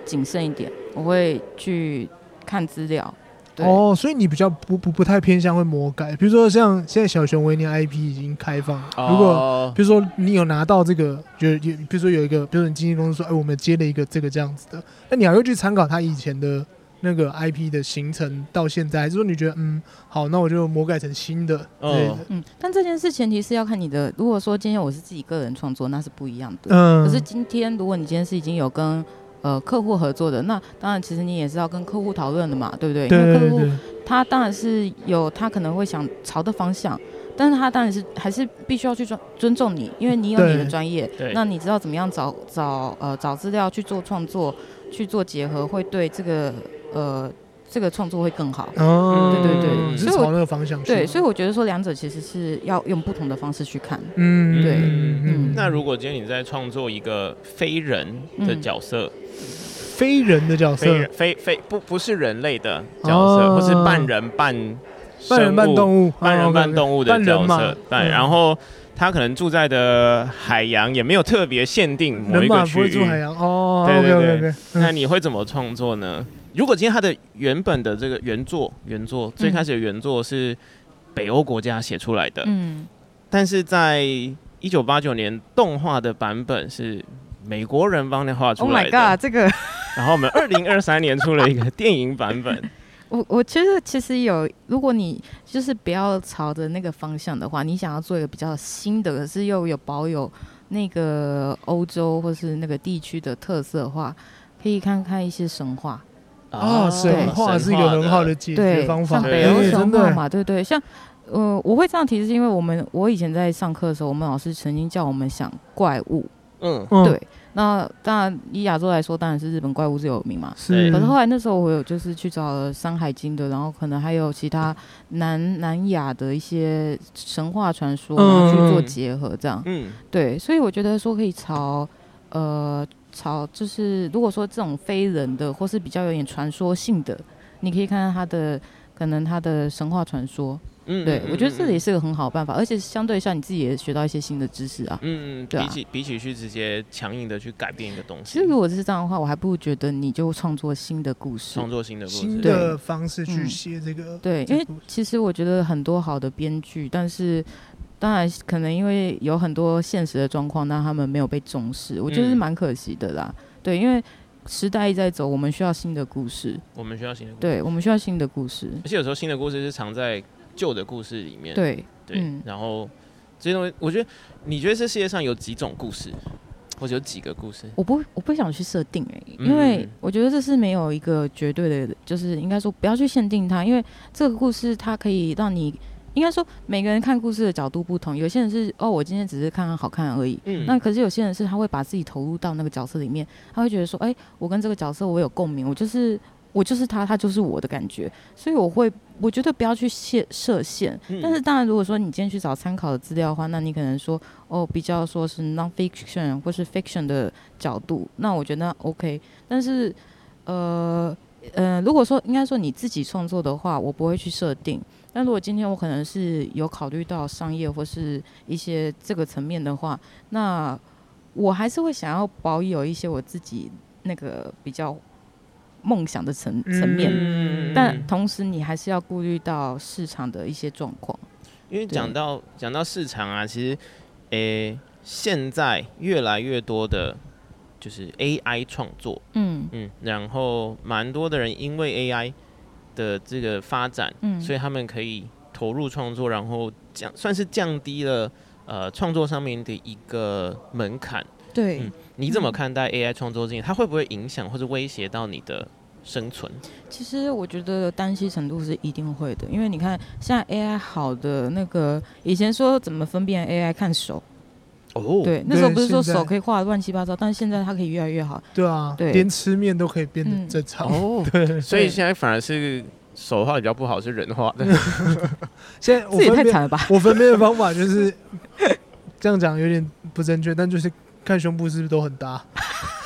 谨慎一点，我会去看资料。对，哦，所以你比较不不不太偏向会魔改，比如说像现在小熊维尼 IP 已经开放了，如果果比如说你有拿到这个，就有比如说有一个，比如说你经纪公司说，哎，我们接了一个这个这样子的，那你还会去参考他以前的那个 IP 的形成到现在，还是说你觉得嗯好，那我就魔改成新的之类的哦？嗯，但这件事前提是要看你的。如果说今天我是自己个人创作，那是不一样的。嗯，可是今天，如果你今天是已经有跟呃客户合作的，那当然其实你也是要跟客户讨论的嘛，对不对？对因为对客户对，他当然是有他可能会想朝的方向，但是他当然是还是必须要去尊尊重你，因为你有你的对专业对，那你知道怎么样找找呃找资料去做创作，去做结合，会对这个呃这个创作会更好。哦，对对对嗯你是所以我朝那个方向去，对，所以我觉得说两者其实是要用不同的方式去看。嗯，对嗯嗯那如果今天你在创作一个非人的角色，嗯非人的角色非，人非非不不是人类的角色，哦或是半人半半人半物、动物，哦半人半物，动物的半人角嘛色，但嗯然后他可能住在的海洋也没有特别限定某人一马个不区会住域，海洋哦嗯对，OK 对 OK OK，嗯那你会怎么创作呢？如果今天他的原本的这个原作，原作最开始的原作是北欧国家写出来的，嗯但是在一九八九年动画的版本是美国人帮你画，Oh 出来 my 的。 god，这个然后我们二零二三年出了一个电影版 本，我我觉得其实有，如果你就是不要朝着那个方向的话，你想要做一个比较新的，可是又有保有那个欧洲或是那个地区的特色的话，可以看看一些神话，哦啊，神话是一个很好的解决对，方法，像北对欧哎神真话的嘛，对对，像。呃，我会这样提，是因为我们我以前在上课的时候，我们老师曾经叫我们想怪物。嗯，嗯对，那当然以亚洲来说，当然是日本怪物最有名嘛。是，嗯可是后来那时候我有就是去找了《山海经》的，然后可能还有其他嗯南南亚的一些神话传说，然后去做嗯结合，这样、嗯对，所以我觉得说可以朝呃朝就是如果说这种非人的或是比较有点传说性的，你可以看看他的可能他的神话传说，嗯，对、我觉得这也是个很好的办法，而且相对下你自己也学到一些新的知识啊。嗯对啊比起比起去直接强硬的去改变一个东其西实，如果是这样的话，我还不如觉得你就创作新的故事创，作新的故新事，的方式去嗯写这个，对，这因为部其实我觉得很多好的编剧，但是当然可能因为有很多现实的状况，那他们没有被重视，我觉得是嗯蛮可惜的啦。对，因为时代一直在走，我们需要新的故事，我们需要新的故事。对，我们需要新的故事，而且有时候新的故事是藏在旧的故事里面。对，对，嗯然后这些东西，我觉得你觉得这世界上有几种故事，或者有几个故事？我不我不想去设定哎、嗯因为我觉得这是没有一个绝对的，就是应该说不要去限定它，因为这个故事它可以让你。应该说，每个人看故事的角度不同。有些人是哦，我今天只是看看好看而已。嗯那可是有些人是他会把自己投入到那个角色里面，他会觉得说，哎、我跟这个角色我有共鸣，我就是我就是他，他就是我的感觉，所以我会我觉得不要去限设限。嗯但是当然，如果说你今天去找参考的资料的话，那你可能说哦，比较说是 non-fiction 或是 fiction 的角度，那我觉得那 OK。但是呃呃，如果说应该说你自己创作的话，我不会去设定。但如果今天我可能是有考虑到商业或是一些这个层面的话，那我还是会想要保有一些我自己那个比较梦想的层层面，嗯但同时你还是要顾虑到市场的一些状况。因为对讲到讲到市场啊，其实，诶、现在越来越多的，就是 AI 创作，嗯嗯，然后蛮多的人因为 AI 的这个发展，嗯，所以他们可以投入创作，然后降算是降低了呃创作上面的一个门槛。对。嗯你怎么看待 AI 创作这件事？它会不会影响或者威胁到你的生存？其实我觉得担心程度是一定会的，因为你看，现在 AI 好的那个，以前说怎么分辨 AI 看手，哦，对，那时候对不是说现在手可以画的乱七八糟，但是现在它可以越来 越好。对啊，对连吃面都可以变得嗯正常。 哦，对，所以现在反而是手画比较不好，是人画的。现在我这也分太辨惨了吧！我分辨的方法就是这样讲有点不正确，但就是看胸部是不是都很搭。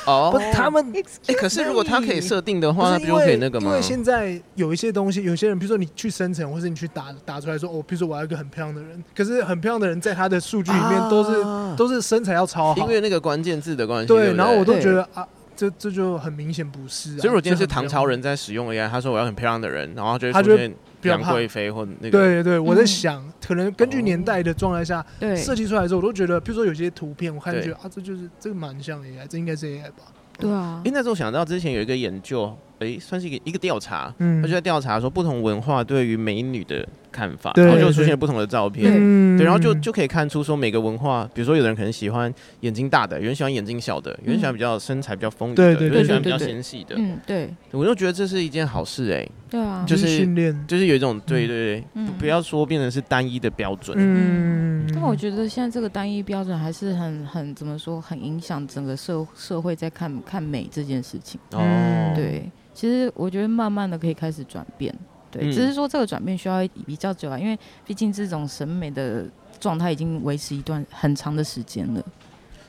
哦不，他们哎，可是如果他可以设定的不话，是那不因就为可以那个因吗为？现在有一些东西，有些人，比如说你去生成，或是你去打打出来说，哦，比如说我要一个很漂亮的人，可是很漂亮的人在他的数据里面都是、啊都是身材要超因好，为那个关键字的关系。对对，不对，然后我都对觉得啊，这这就很明显不是、啊。所以，如果今天就是很唐不朝要人在使用 AI，他说我要很漂亮的人，然后就他会就出会现不要杨怕。贵妃或那个。对对，我在嗯想，可能根据哦年代的状态下，对，设计出来的时候，我都觉得，比如说有些图片，我看就对觉得啊，这就是这个蛮像 AI，这应该是 AI 吧？对啊哎，，那时候想到之前有一个研究，哎，算是一个一个调查，嗯他就在调查说不同文化对于美女的看法，对然后就出对现不同的照片。嗯对，然后就就可以看出说每个文化，比如说有的人可能喜欢眼睛大的，有人喜欢眼睛小的，有人喜欢比较身材比较丰腴的，嗯对对有人对喜欢比对较对对纤细的。嗯，对，我就觉得这是一件好事哎、对啊，就嗯就是是训练，就是有一种对对对，嗯不不要说变成是单一的标准。嗯，但我觉得现在这个单一标准还是很很怎么说，很影响整个社社会在看看美这件事情。嗯哦，对，其实我觉得慢慢的可以开始转变，对，嗯只是说这个转变需要比较久啊，因为毕竟这种审美的状态已经维持一段很长的时间了，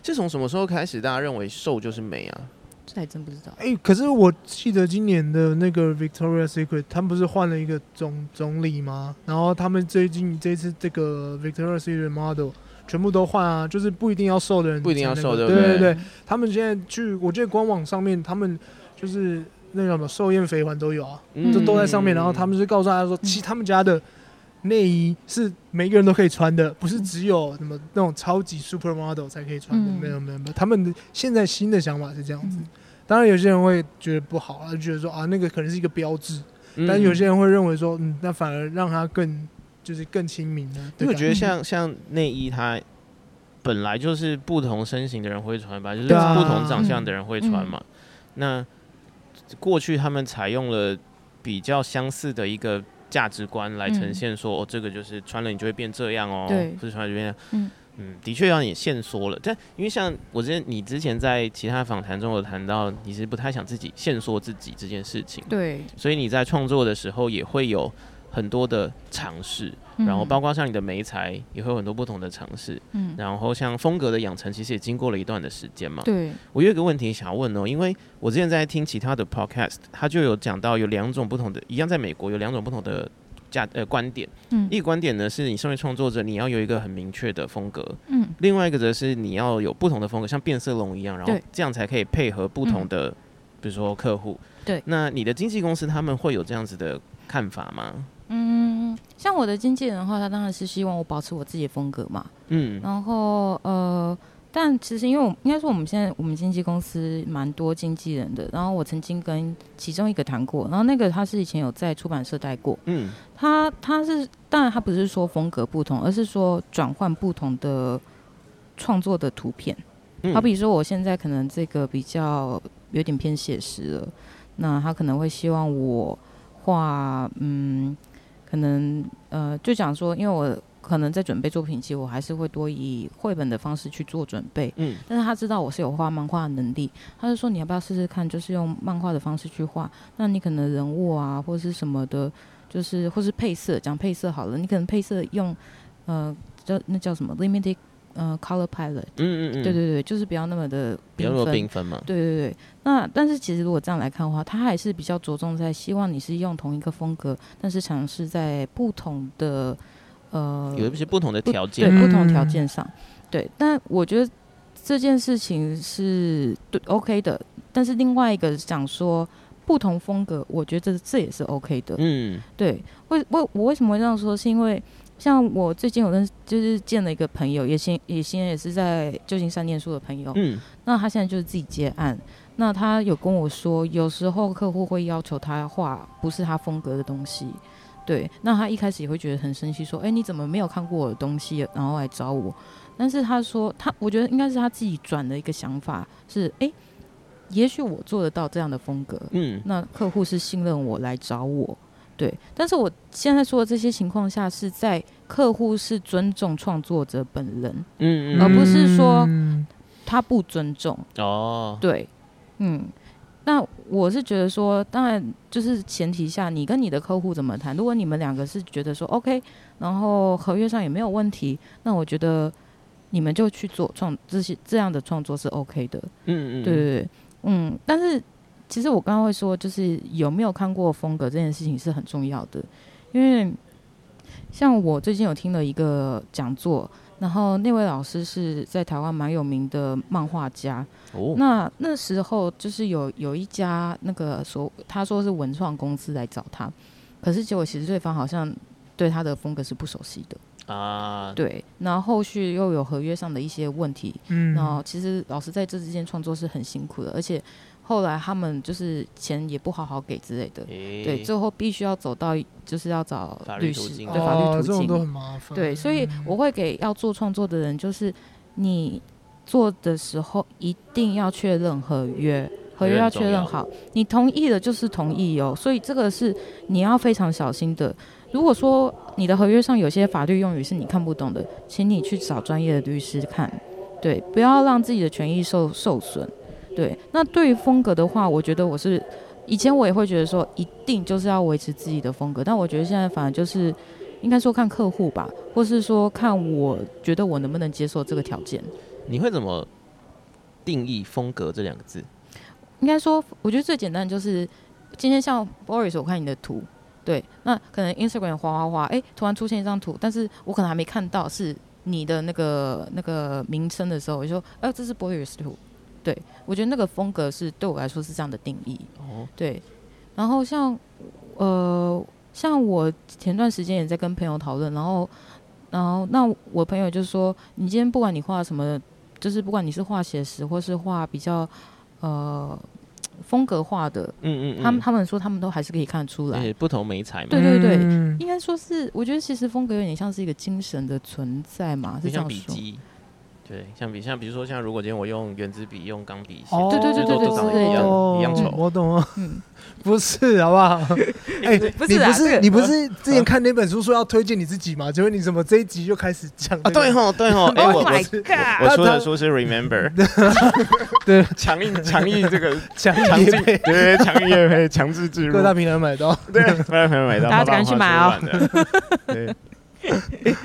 是从什么时候开始大家认为瘦就是美啊？这还真不知道。哎、可是我记得今年的那个 Victoria Secret，他们不是换了一个总总理吗？然后他们最近这次这个 Victoria Secret model 全部都换啊，就是不一定要瘦的人才能够，不一定要瘦对对不对对对。他们现在去，我记得官网上面他们就是那个什么寿宴肥环都有啊，嗯就都在上面。然后他们就告诉大家说，其实他们家的内衣是每个人都可以穿的，不是只有什么那种超级 super model 才可以穿的。嗯没有没有没有，他们的现在新的想法是这样子。嗯当然，有些人会觉得不好啊，就觉得说啊，那个可能是一个标志，嗯但有些人会认为说，嗯，那反而让它更就是更亲民了。因对吧，为我觉得嗯像像内衣它。本来就是不同身形的人会穿吧，就是对啊不同长相的人会穿嗯嘛。那过去他们采用了比较相似的一个价值观来呈现说，哦，这个就是穿了你就会变这样哦，嗯对不是穿了就变这样。嗯嗯，的确让你限缩了。但因为像我之前，你之前在其他访谈中有谈到，你是不太想自己限缩自己这件事情，对，所以你在创作的时候也会有很多的尝试。然后包括括像你的媒材也会有很多不同的尝试，嗯，然后像风格的养成，其实也经过了一段的时间嘛。对，我有一个问题想要问哦，因为我之前在听其他的 podcast，他就有讲到有两种不同的，一样在美国有两种不同的价呃观点，嗯一个观点呢是你身为创作者，你要有一个很明确的风格，嗯另外一个则是你要有不同的风格，像变色龙一样，然后对嗯这样才可以配合不同的，比如说客户。对那你的经纪公司他们会有这样子的看法吗？嗯，像我的经纪人的话，他当然是希望我保持我自己的风格嘛，嗯，然后呃，但其实因为我应该说我们现在我们经纪公司蛮多经纪人的，然后我曾经跟其中一个谈过，然后那个他是以前有在出版社待过，嗯，他他是当然他不是说风格不同，而是说转换不同的创作的图片。嗯好比说我现在可能这个比较有点偏写实了，那他可能会希望我画嗯，可能呃就讲说，因为我可能在准备作品期，我还是会多以绘本的方式去做准备。嗯，但是他知道我是有画漫画的能力，他就说你要不要试试看，就是用漫画的方式去画，那你可能人物啊或是什么的，就是或是配色，讲配色好了，你可能配色用呃叫那叫什么 limited 呃 color palette，、嗯嗯嗯，对对对，就是不要那么的比较多缤缤纷纷嘛。对对对，那但是其实如果这样来看的话，它还是比较着重在希望你是用同一个风格，但是尝试在不同的呃有一些不同的不条对件。嗯不同条件上，对。但我觉得这件事情是对 OK 的，但是另外一个讲说不同风格，我觉得这也是 OK 的。嗯，对，为为我为什么会这样说？是因为像我最近有认识，就是见了一个朋友，也现也现在也是在旧金山念书的朋友，嗯那他现在就是自己接案。那他有跟我说，有时候客户会要求他画不是他风格的东西，对。那他一开始也会觉得很生气，说：“哎、你怎么没有看过我的东西，然后来找我？”但是他说，他我觉得应该是他自己转的一个想法，是哎、诶也许我做得到这样的风格，嗯那客户是信任我来找我，对。但是我现在说的这些情况下，是在客户是尊重创作者本人，嗯嗯而呃不是说嗯他不尊重。哦，对，嗯，那我是觉得说，当然就是前提下，你跟你的客户怎么谈。如果你们两个是觉得说 OK，然后合约上也没有问题，那我觉得你们就去做创这些这样的创作是 OK 的。嗯嗯，对对对，嗯，但是其实我刚刚会说，就是有没有看过风格这件事情是很重要的，因为像我最近有听了一个讲座，然后那位老师是在台湾蛮有名的漫画家，哦，那那时候就是有有一家那个所他说是文创公司来找他，可是结果其实对方好像对他的风格是不熟悉的，啊，对，然后后续又有合约上的一些问题，嗯然后其实老师在这之间创作是很辛苦的，而且后来他们就是钱也不好好给之类的，诶对，最后必须要走到就是要找法律律途师，对径法律哦这嗯途种都径，很麻烦。对，所以嗯我会给要做创作的人，就是你做的时候一定要确认合约，合约要确认好，你同意了就是同意哦，所以这个是你要非常小心的。如果说你的合约上有些法律用语是你看不懂的，请你去找专业的律师看，对，不要让自己的权益受受损。对，那对于风格的话，我觉得我是以前我也会觉得说一定就是要维持自己的风格，但我觉得现在反而就是应该说看客户吧，或是说看我觉得我能不能接受这个条件。你会怎么定义风格这两个字？应该说，我觉得最简单就是今天像 Boris，我看你的图，对，那可能 Instagram 哗哗哗，哎、突然出现一张图，但是我可能还没看到是你的那个那个名称的时候，我就说，哎、这是 Boris 图，对我觉得那个风格是对我来说是这样的定义。哦，对，然后像呃，像我前段时间也在跟朋友讨论，然后然后那我朋友就说，你今天不管你画什么，就是不管你是画写实或是画比较呃风格化的，嗯嗯，他们他们说他们都还是可以看出来。也不同美彩嘛，对对对嗯应该说是，我觉得其实风格有点像是一个精神的存在嘛，就是这像样笔说。记，对，像笔像比如说像如果今天我用圆珠笔用钢笔写，哦对对对对对都长得一样一样丑我懂了， 嗯，不是好不 好？哎，不你是啊不这是个你不是之前看那本书说要推荐你自己吗？结果你怎么这一集就开始讲啊，对哈，吼对吼，哎 Oh 我 my 我 god！我说的书是 remember，对，强硬强硬这个讲强也制对对强硬也可以强制植 入各，大平台买到，对， 大家朋友买到，大家赶紧去买哦哦。对，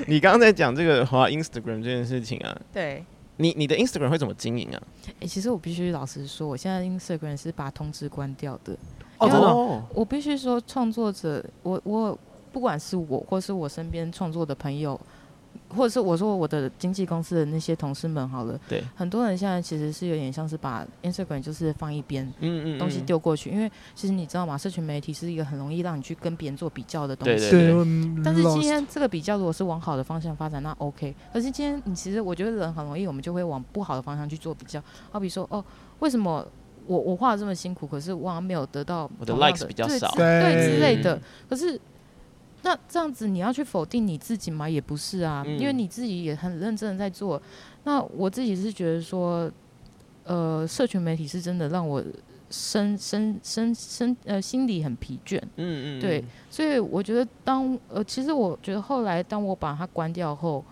你刚刚在讲这个滑 Instagram 这件事情啊，对、你你的 Instagram 会怎么经营啊？哎，其实我必须老实说，我现在 Instagram 是把通知关掉的。哦真的哦我必须说，创作者，我我不管是我，或是我身边创作的朋友，或者是我说我的经纪公司的那些同事们好了，对，很多人现在其实是有点像是把 Instagram 就是放一边，嗯嗯，嗯东西，丢过去，因为其实你知道吗？社群媒体是一个很容易让你去跟别人做比较的东西。对对，但是今嗯 lost 天这个比较，如果是往好的方向发展，那 OK。可是今天你其实我觉得人很容易，我们就会往不好的方向去做比较。好比说，哦，为什么我我画的这么辛苦，可是我好像没有得到我的同样 likes 比较对少对之类嗯的。可是那这样子你要去否定你自己吗？也不是啊，因为嗯你自己也很认真的在做。那我自己是觉得说，呃，社群媒体是真的让我身身身身呃心里很疲倦。嗯嗯，对嗯，所以我觉得当呃，其实我觉得后来当我把它关掉后，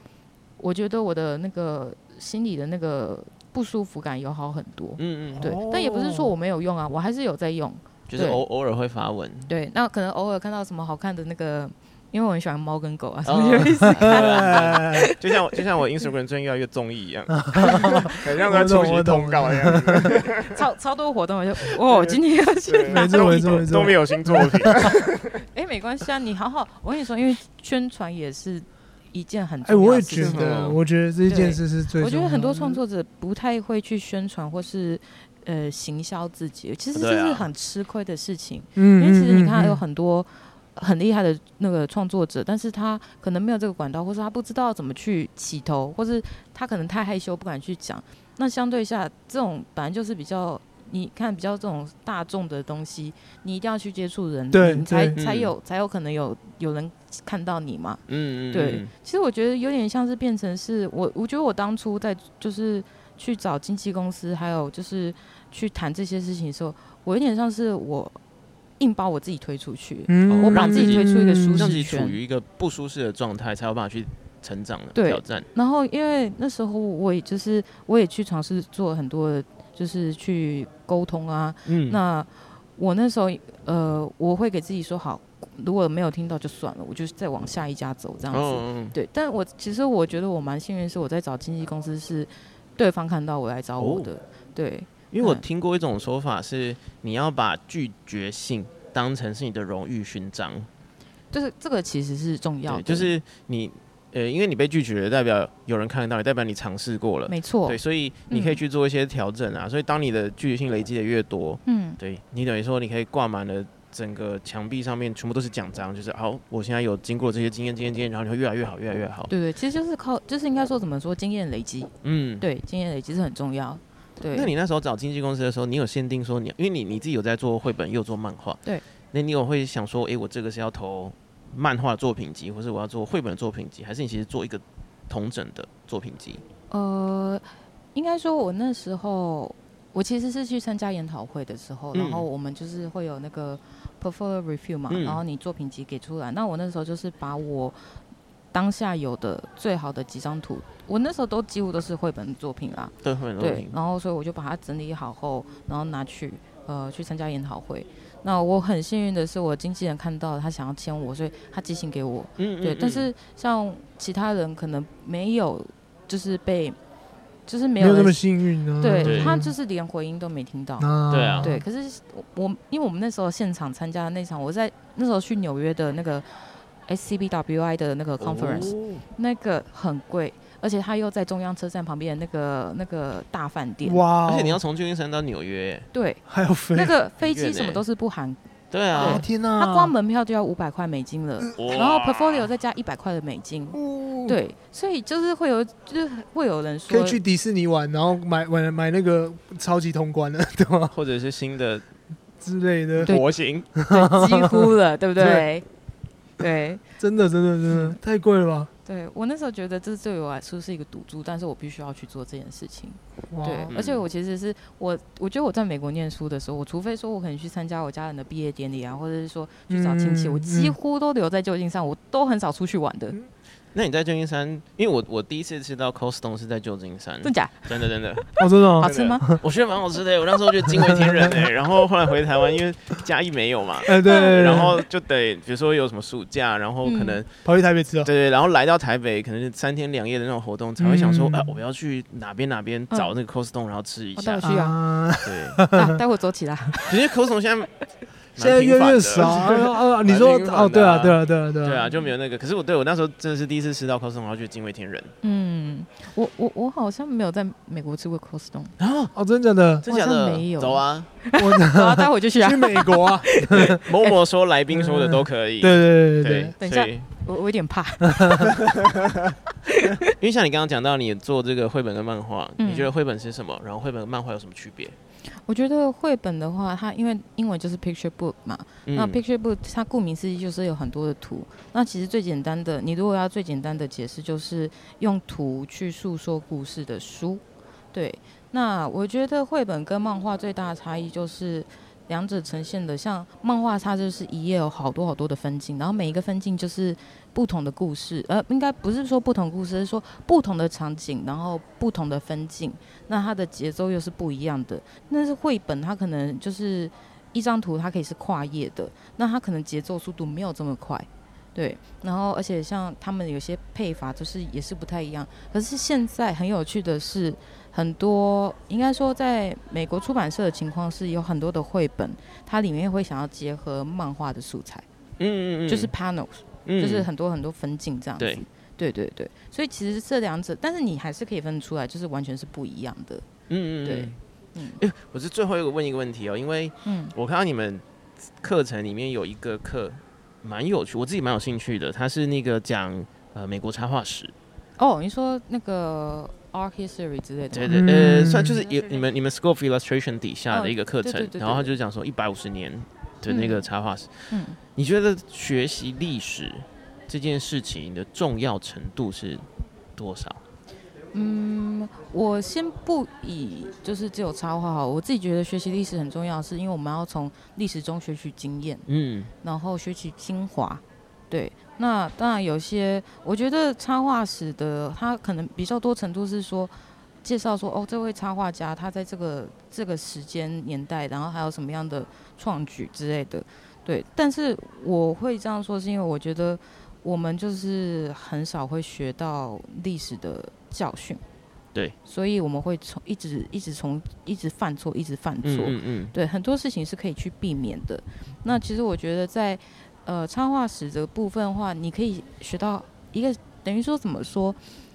我觉得我的那个心里的那个不舒服感有好很多。嗯嗯，对，哦但也不是说我没有用啊，我还是有在用。就是对偶偶尔会发文， 对，那可能偶尔看到什么好看的那个，因为我很喜欢猫跟狗啊，所以哦 就一直对，啊就像我就像我 Instagram 最近越来越综艺一样，啊很像我在出懂席我懂通告一样子，超超多活动， 我就哦，今天要去对哪没里？错没错没错都没有新作品，哎，没关系啊，你好好，我跟你说，因为宣传也是一件很哎，重要我的也事觉情。得，我觉得这件事是最重要的，我觉得很多创作者不太会去宣传或是呃行销自己，其实对这啊是很吃亏的事情。嗯，嗯，因为其实你看嗯有，很多很厉害的那个创作者，但是他可能没有这个管道，或是他不知道怎么去起头，或是他可能太害羞不敢去讲。那相对下，这种本来就是比较。你看，比较这种大众的东西，你一定要去接触人，对你才对才嗯有才有可能有有人看到你嘛。嗯嗯，对嗯，其实我觉得有点像是变成是我，我觉得我当初在就是去找经纪公司，还有就是去谈这些事情的时候，我有点像是我硬把我自己推出去。嗯我把自己推出一个舒让自适己嗯圈处于一个不舒适的状态，才有办法去成长的对挑战。然后因为那时候我也就是我也去尝试做很多的，就是去沟通啊。嗯那我那时候呃，我会给自己说好，如果没有听到就算了，我就再往下一家走这样子。嗯嗯对，但我其实我觉得我蛮幸运，是我在找经纪公司是对方看到我来找我哦的，对，因为我嗯听过一种说法是，你要把拒绝性当成是你的荣誉勋章，就是这个其实是重要对，的，就是你呃，因为你被拒绝了，代表有人看得到你，代表你尝试过了，没错嗯对，，所以你可以去做一些调整啊。所以当你的拒绝性累积的越多，嗯，对你等于说你可以挂满了。整个墙壁上面全部都是奖章，就是好，我现在有经过这些经验、经验、经验，然后你会越来越好，越来越好。对对，其实就是靠，就是应该说怎么说，经验累积，嗯，对，经验累积是很重要，对，那你那时候找经纪公司的时候，你有限定说你，因为你你自己有在做绘本，又有做漫画，对，那你有会想说，诶，我这个是要投漫画作品集，或是我要做绘本的作品集，还是你其实做一个同整的作品集？呃，应该说我那时候。我其实是去参加研讨会的时候，嗯然后我们就是会有那个 portfolio review 嘛，嗯然后你作品集给出来。那我那时候就是把我当下有的最好的几张图，我那时候都几乎都是绘本作品啦，对，绘本作对品，，然后所以我就把它整理好后，然后拿去呃去参加研讨会。那我很幸运的是，我经纪人看到了他想要签我，所以他寄信给我。嗯对，但是像其他人可能没有，就是被，就是没没有有那么人，幸运啊呢。嗯对对他就是连回音都没听到。啊对啊对，可是我我因为我们那时候现场参加的那场，我在那时候去纽约的那个 SCBWI 的哦嗯那个 conference，、那个很贵，而且它又在中央车站旁边的那个那个大饭店。哇哦，而且你要从旧金山到纽约，对，还有飞那个飞很机远什么欸都是不含，对哦啊，天哪，它光门票就要五百块美金了，哇然后 portfolio 再加一百块的美金。对，所以就是会有，就是会有人可说嗯以，去迪士尼玩，然后买买买那个超级通关 了，对吗？或者是新的之类的，对模型，对几乎 了，对不对对？对，真的真的真嗯的太贵了吧？对我那时候觉得这对我来说是一个赌注，但是我必须要去做这件事情。哇嗯对，而且我其实是我，我觉得我在美国念书的时候，我除非说我可能去参加我家人的毕业典礼啊，或者是说去找亲戚，嗯我几嗯乎都留在旧金山，我都很少出去玩的，那你在旧金山，因为我我第一次吃到 Costco 是在旧金山，真假？真的真的，哦，真的好 哦，吃 吗？我觉得蛮好吃的，我那时候觉得惊为天人哎，然后后来回台湾，因为嘉义没有嘛，哎对，对然后就得，比如说有什么暑假，然后可能、跑去台北吃哦对，对，然后来到台北，可能是三天两夜的那种活动，才会想说，嗯啊，我要去哪边哪边找那个 Costco，、然后吃一我下带我。去啊，啊， 对，啊待会走起来。其实 Costco 现在蛮现在越频繁来越的少啊啊！你说蛮频繁的啊哦，对啊，对啊，对啊，对啊，对啊，就没有那个。可是我对我那时候真的是第一次吃到 Costco，然后觉得惊为天人。嗯，我我我好像没有在美国吃过 Costco， 哦，真的假的，啊真假的？好像没有 走啊！好啊我待会就去啊去。美国啊，某某说来宾说的都可 以。对对对对对对，等一所下以我我有点怕。因为像你刚刚讲到，你做这个绘本跟漫画，嗯你觉得绘本是什么？然后绘本跟漫画有什么区别？我觉得绘本的话，它因为英文就是 picture book 嘛，那嗯 picture book 它顾名思义就是有很多的图。那其实最简单的，你如果要最简单的解释，就是用图去诉说故事的书。对，那我觉得绘本跟漫画最大的差异就是。两者呈现的像漫画，它就是一页有好多好多的分镜，然后每一个分镜就是不同的故事，呃，应该不是说不同故事，是说不同的场景，然后不同的分镜，那它的节奏又是不一样的。那是绘本，它可能就是一张图，它可以是跨页的，那它可能节奏速度没有这么快，对。然后而且像他们有些配法就是也是不太一样。可是现在很有趣的是，很多应该说在美国出版社的情况是有很多的绘本，它里面会想要结合漫画的素材，嗯嗯嗯，就是 panel 嗯就是很多很多分镜这样子。对对对对所以其实这两者，但是你还是可以分得出来，就是完全是不一样的。嗯嗯嗯对嗯嗯。哎，我是最后一个问一个问题哦，因为嗯我看到你们课程里面有一个课蛮有趣，我自己蛮有兴趣的，它是那个讲呃美国插画史，哦，你说那个 art history 之类的对吗，对呃，嗯算就是有你们你们 School of Illustration 底下的一个课程，嗯对对对对然后它就讲说一百五十年的那个插画史，嗯，你觉得学习历史这件事情的重要程度是多少？嗯，我先不以就是只有插画好，我自己觉得学习历史很重要，是因为我们要从历史中学取经验，嗯，然后学习精华。对，那当然有些，我觉得插画史的它可能比较多程度是说。介绍说哦，这位插画家他在这个这个时间年代，然后还有什么样的创举之类的，对。但是我会这样说，是因为我觉得我们就是很少会学到历史的教训，对，所以我们会从一直一直从一直犯错，一直犯错，嗯嗯对，很多事情是可以去避免的。那其实我觉得在呃插画史的部分的话，你可以学到一个等于说怎么说，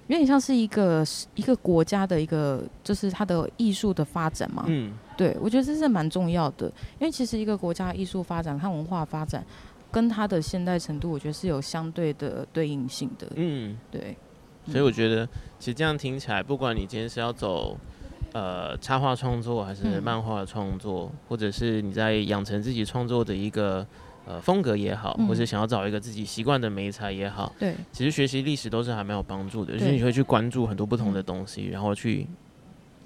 有点像是一个一个国家的一个就是它的艺术的发展嘛。嗯对，我觉得这是蛮重要的，因为其实一个国家艺术发展和文化发展。跟它的现代程度，我觉得是有相对的对应性的。嗯对，嗯，所以我觉得其实这样听起来，不管你今天是要走。呃，插画创作还是嗯漫画创作，或者是你在养成自己创作的一个呃风格也好，嗯或者想要找一个自己习惯的美材也好，对，其实学习历史都是还蛮有帮助的，就是对你会去关注很多不同嗯的东西，然后去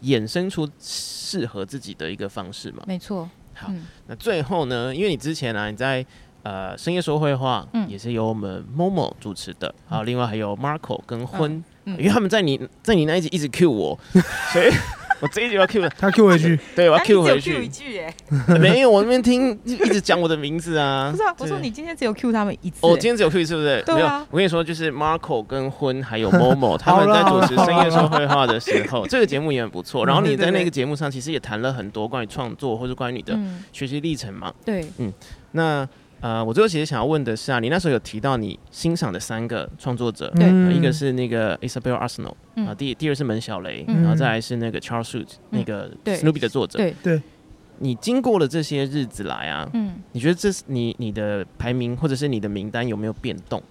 衍生出适合自己的一个方式嘛。没错。好嗯那最后呢，因为你之前啊，你在呃深夜说绘画，嗯也是由我们 Momo 主持的，还有另外还有 Marco 跟婚，嗯因为他们在你在你那一集一直 Q 我， 所以我这一集要 Q 了，他 Q 回去，对，我要哎你只 Q 有回 Q 一去，句哎，没有，我那边听一直讲我的名字啊，不是啊，我说对你今天只有 Q 他们一次哎。哦，今天只有 Q 是不是？对啊没有，我跟你说，就是 Marco 跟婚还有 Momo 他们在主持好啦深夜说绘画的时候，这个节目也很不错。然后你对对在对那个节目上其实也谈了很多关于创作或者关于你的嗯，学习历程嘛。对，那呃，我最后其实想要问的是啊，你那时候有提到你欣赏的三个创作者，对嗯呃一个是那个 Isabel Arsenal 嗯啊，第第二是门小雷，嗯然后再来是那个 Charles s h u t 嗯那个对 Snoopy 的作者。对，你经过了这些日子来啊，嗯，你觉得这是你你的排名或者是你的名单有没有变动，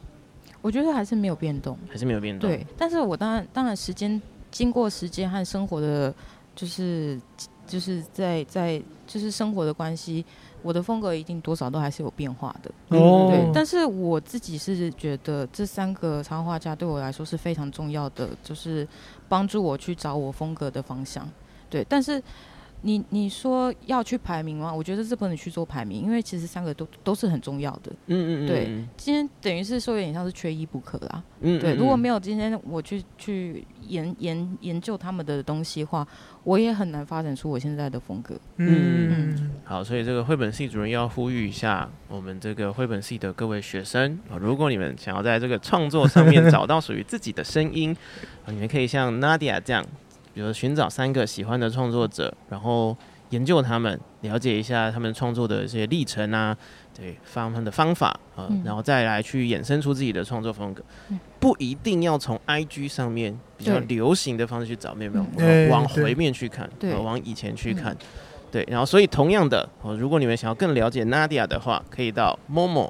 我觉得还是没有变动。还是没有变动？对，但是我当然，当然时间经过时间和生活的，就是就是在在就是生活的关系，我的风格一定多少都还是有变化的。哦对，但是我自己是觉得这三个插画家对我来说是非常重要的，就是帮助我去找我风格的方向。对，但是你你说要去排名吗？我觉得这不能去做排名，因为其实三个都都是很重要的。嗯嗯嗯，对嗯今天等于是说有点像是缺一不可啦。嗯，对，如果没有，有今天我去去研研研究他们的东西的话，我也很难发展出我现在的风格。嗯，好，所以这个绘本系主任要呼吁一下我们这个绘本系的各位学生啊，如果你们想要在这个创作上面找到属于自己的声音，啊你们可以像 Nadia 这样，比如寻找三个喜欢的创作者，然后研究他们，了解一下他们创作的一些历程啊，对，方他们的方法啊，嗯然后再来去衍生出自己的创作风格嗯，不一定要从 IG 上面比较对流行的方式去找，没有没有，嗯哎往往对回面去看，对呃往以前去嗯看。对，然后所以同样的，哦，如果你们想要更了解 Nadia 的话，可以到 Momo、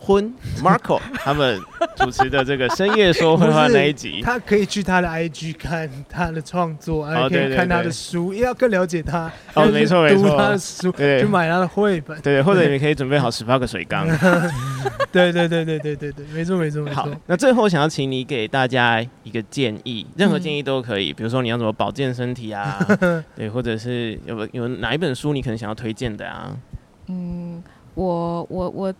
婚 Marco 他们主持的这个深夜说会话那一集。他可以去他的 IG 看他的创作，还可哦对以对看他对的书，要更了解他。哦要去没错没读错他的书，对去买他的绘本。对，或者你们可以准备好十八个水缸。对对对对对对对，没错没错没好错。，那最后想要请你给大家一个建议，任何嗯建议都可以，比如说你要怎么保健身体啊，对，或者是有没有哪一本书你可能想要推荐的啊？嗯，我我我，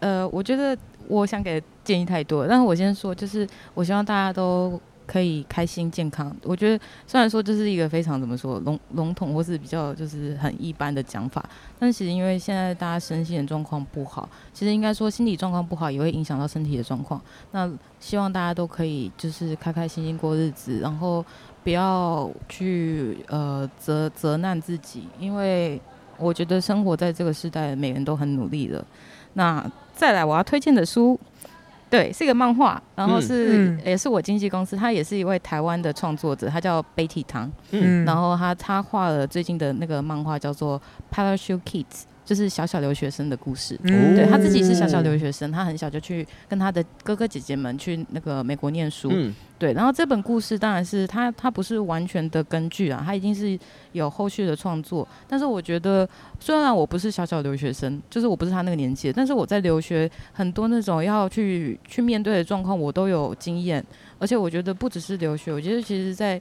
呃，我觉得我想给的建议太多了，但是我先说，就是我希望大家都可以开心健康。我觉得虽然说这是一个非常怎么说笼笼统或是比较就是很一般的讲法，但是其实因为现在大家身心的状况不好，其实应该说心理状况不好也会影响到身体的状况。那希望大家都可以就是开开心心过日子，然后不要去呃责责难自己，因为我觉得生活在这个时代，每个人都很努力了。那再来，我要推荐的书，对，是一个漫画，然后嗯是、嗯也是我经纪公司，他也是一位台湾的创作者，他叫贝体堂，嗯，然后他他画了最近的那个漫画叫做《Parachute Kids》，就是小小留学生的故事。嗯对他自己是小小留学生，他很小就去跟他的哥哥姐姐们去那个美国念书。嗯，对，然后这本故事当然是它，它不是完全的根据啊，它已经是有后续的创作。但是我觉得，虽然我不是小小留学生，就是我不是他那个年纪，但是我在留学很多那种要去去面对的状况，我都有经验。而且我觉得不只是留学，我觉得其实在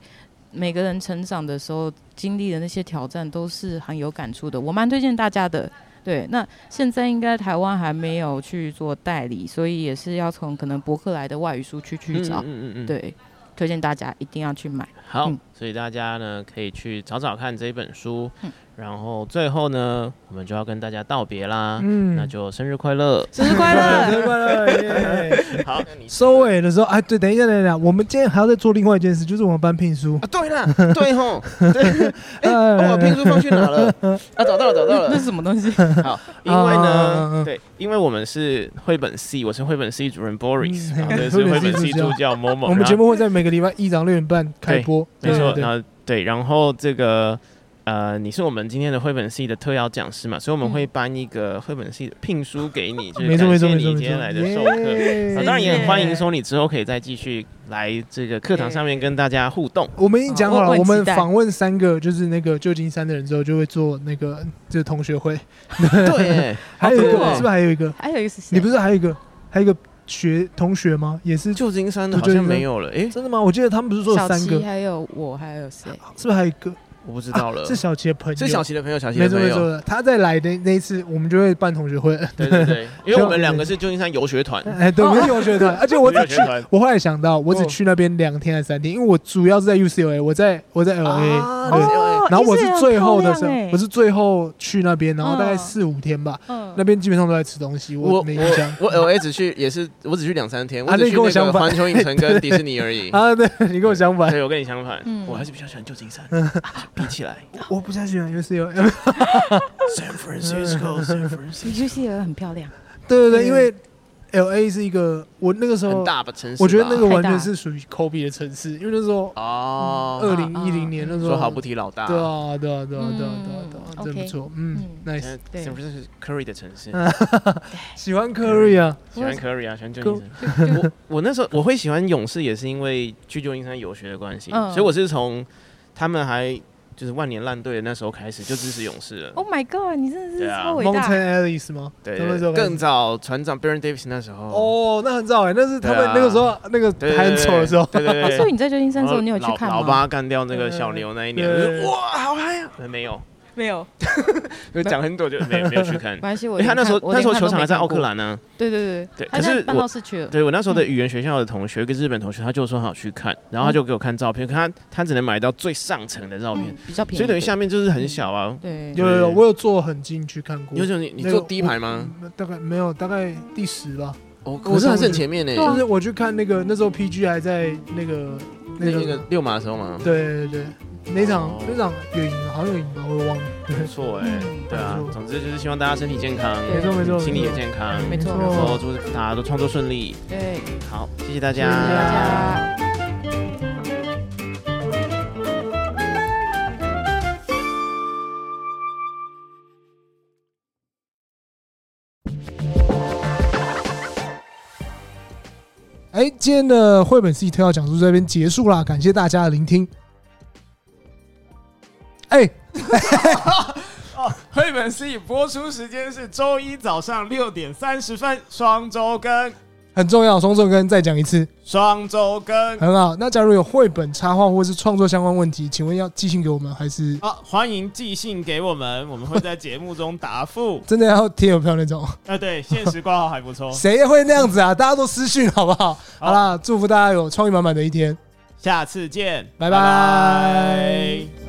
每个人成长的时候经历的那些挑战都是很有感触的。我蛮推荐大家的。对，那现在应该台湾还没有去做代理，所以也是要从可能博客来的外语书区去找。嗯嗯嗯嗯，对，推荐大家一定要去买。好，嗯所以大家呢可以去找找看这一本书，嗯然后最后呢，我们就要跟大家道别啦，嗯那就生日快乐！生日 快生乐！日快乐！耶 好，收尾的时候，哎，对，等一下，等一下，我们今天还要再做另外一件事，就是我们班聘书。啊，对啦，对吼， 对，哎、呃我拼书放去哪 了？啊，找到了，找到那了是。什么东西？好， 因为啊嗯嗯呢，嗯对，因为我们是绘本系，我是绘本系主任 Boris，嗯然后这是绘本系绘助本系助教 Momo，我们然后节目会在每个礼拜一早六点半开播，没对错，对然后对，然后这个呃，你是我们今天的绘本系的特邀讲师嘛，所以我们嗯会颁一个绘本系的聘书给你，就对是没错没感错谢没你错今没天错。来的授课。耶啊，当然也很欢迎耶说你之后可以再继续来这个课堂上面跟大家互动。我们已经讲好哦了，我我很们期待访问三个就是那个旧金山的人之后，就会做那个就是同学会。对耶， 还有一酷个哦是不是还有一个？还有一个是谁？你不是还有一个还有一个学同学吗？也是旧金山的对好旧金像山没有了，诶，真的吗？我记得他们不是说有小三个琪，，还有我，还有谁？是不是还有一个？我不知道 啊了是。小琪的朋友，是小琪的朋友，小琪没的错朋没 友。错，他在来的那一次，我们就会办同学会。对对对，因为就我们两个是旧金山游学 团，哎，对，我是游学团，而且我只去游学团，我后来想到，我只去那边两天还是三天，因为我主要是在 UCLA，我在我在 LA，哦啊对你，是然后我是最后的时时候候，，我是最后去那边，然后大概欸嗯四五天吧，嗯那边基本上都在吃东西，我没印象。我 L A 只去也是我只去两三天，啊我只那去跟我那相个反环球影 城跟迪士尼而已。啊，对 你跟我相反，对，我跟你相反，嗯我还是比较喜欢旧金山，比起来我不太喜欢 UCLA。 San Francisco，San Francisco 你 UCL 很漂亮， 对对对，嗯因为 LA 是一个我那个时很候，大吧城市吧，我觉得那个太完大全是属于 Kobe 的城市，因为那时候二哦，零一零年那时候说好不提老大，对啊，对啊，对啊，对啊，对啊嗯，对啊， OK 真不错，嗯嗯，nice，现在 San Francisco 是 Curry 的城市，喜欢 Curry 啊，喜欢我 Curry 啊，喜欢旧金山。我那时候我会喜欢勇士，也是因为去旧金山游学的关系，嗯所以我是从他们还就是万年烂队的那时候开始就支持勇士了。 Oh my God！你真的是对啊超伟嗯大 Mountain。Alice 吗？对从那对，时候对开始更早船长 Baron Davis 那时候，哦，那很早哎，那是他们对啊那个时候那个对对还很丑的时候，对对对哎对，啊所以你在旧金山的时候，然你后有去老看吗？老八干掉那个小牛那一年，我就对是哇，好嗨啊！没有，没有，就讲很久就没没有去看没。关系。因 我为他连那时候看那时候球场还在奥。我克连兰看都没看过嗯呢、对对对对他可是在办我到市去了。对我那时候的语言学校的同学，一个日本同学，他就说很好去看，然后他就给我看照片，可他他只能买到最上层的照片嗯，，比较便宜。所以等于下面就是很小啊。对， 有有有，我有坐很近去看过有。种你你那个坐第一排吗？我？大概没有，大概第十吧。哦，我可是还我是很前面呢、啊就是我去看那个那时候 PG 还在那个那个那个六马的时候嘛，对对对，那场哦那场有赢，好像有赢吧，我也忘了。不错哎、嗯对啊不。错总之就是希望大家身体健康，没错没错，心理没也错健康，没错然后祝大家都创作顺利。对，好，谢谢大谢家，谢大家。哎，今天的绘本系特邀讲述这边结束啦，感谢大家的聆听。哎，绘本 C 播出时间是周一早上六点三十分，双周更，很重要，双重跟再讲一次，双周更很好。那假如有绘本插画或是创作相关问题，请问要寄信给我们，还是。啊！欢迎寄信给我们，我们会在节目中答复 真的要贴邮票那种？啊，对，限时挂号还 不错，谁会那样子啊？大家都私讯好不好？好啦，祝福大家有创意满满的一天。下次见，拜拜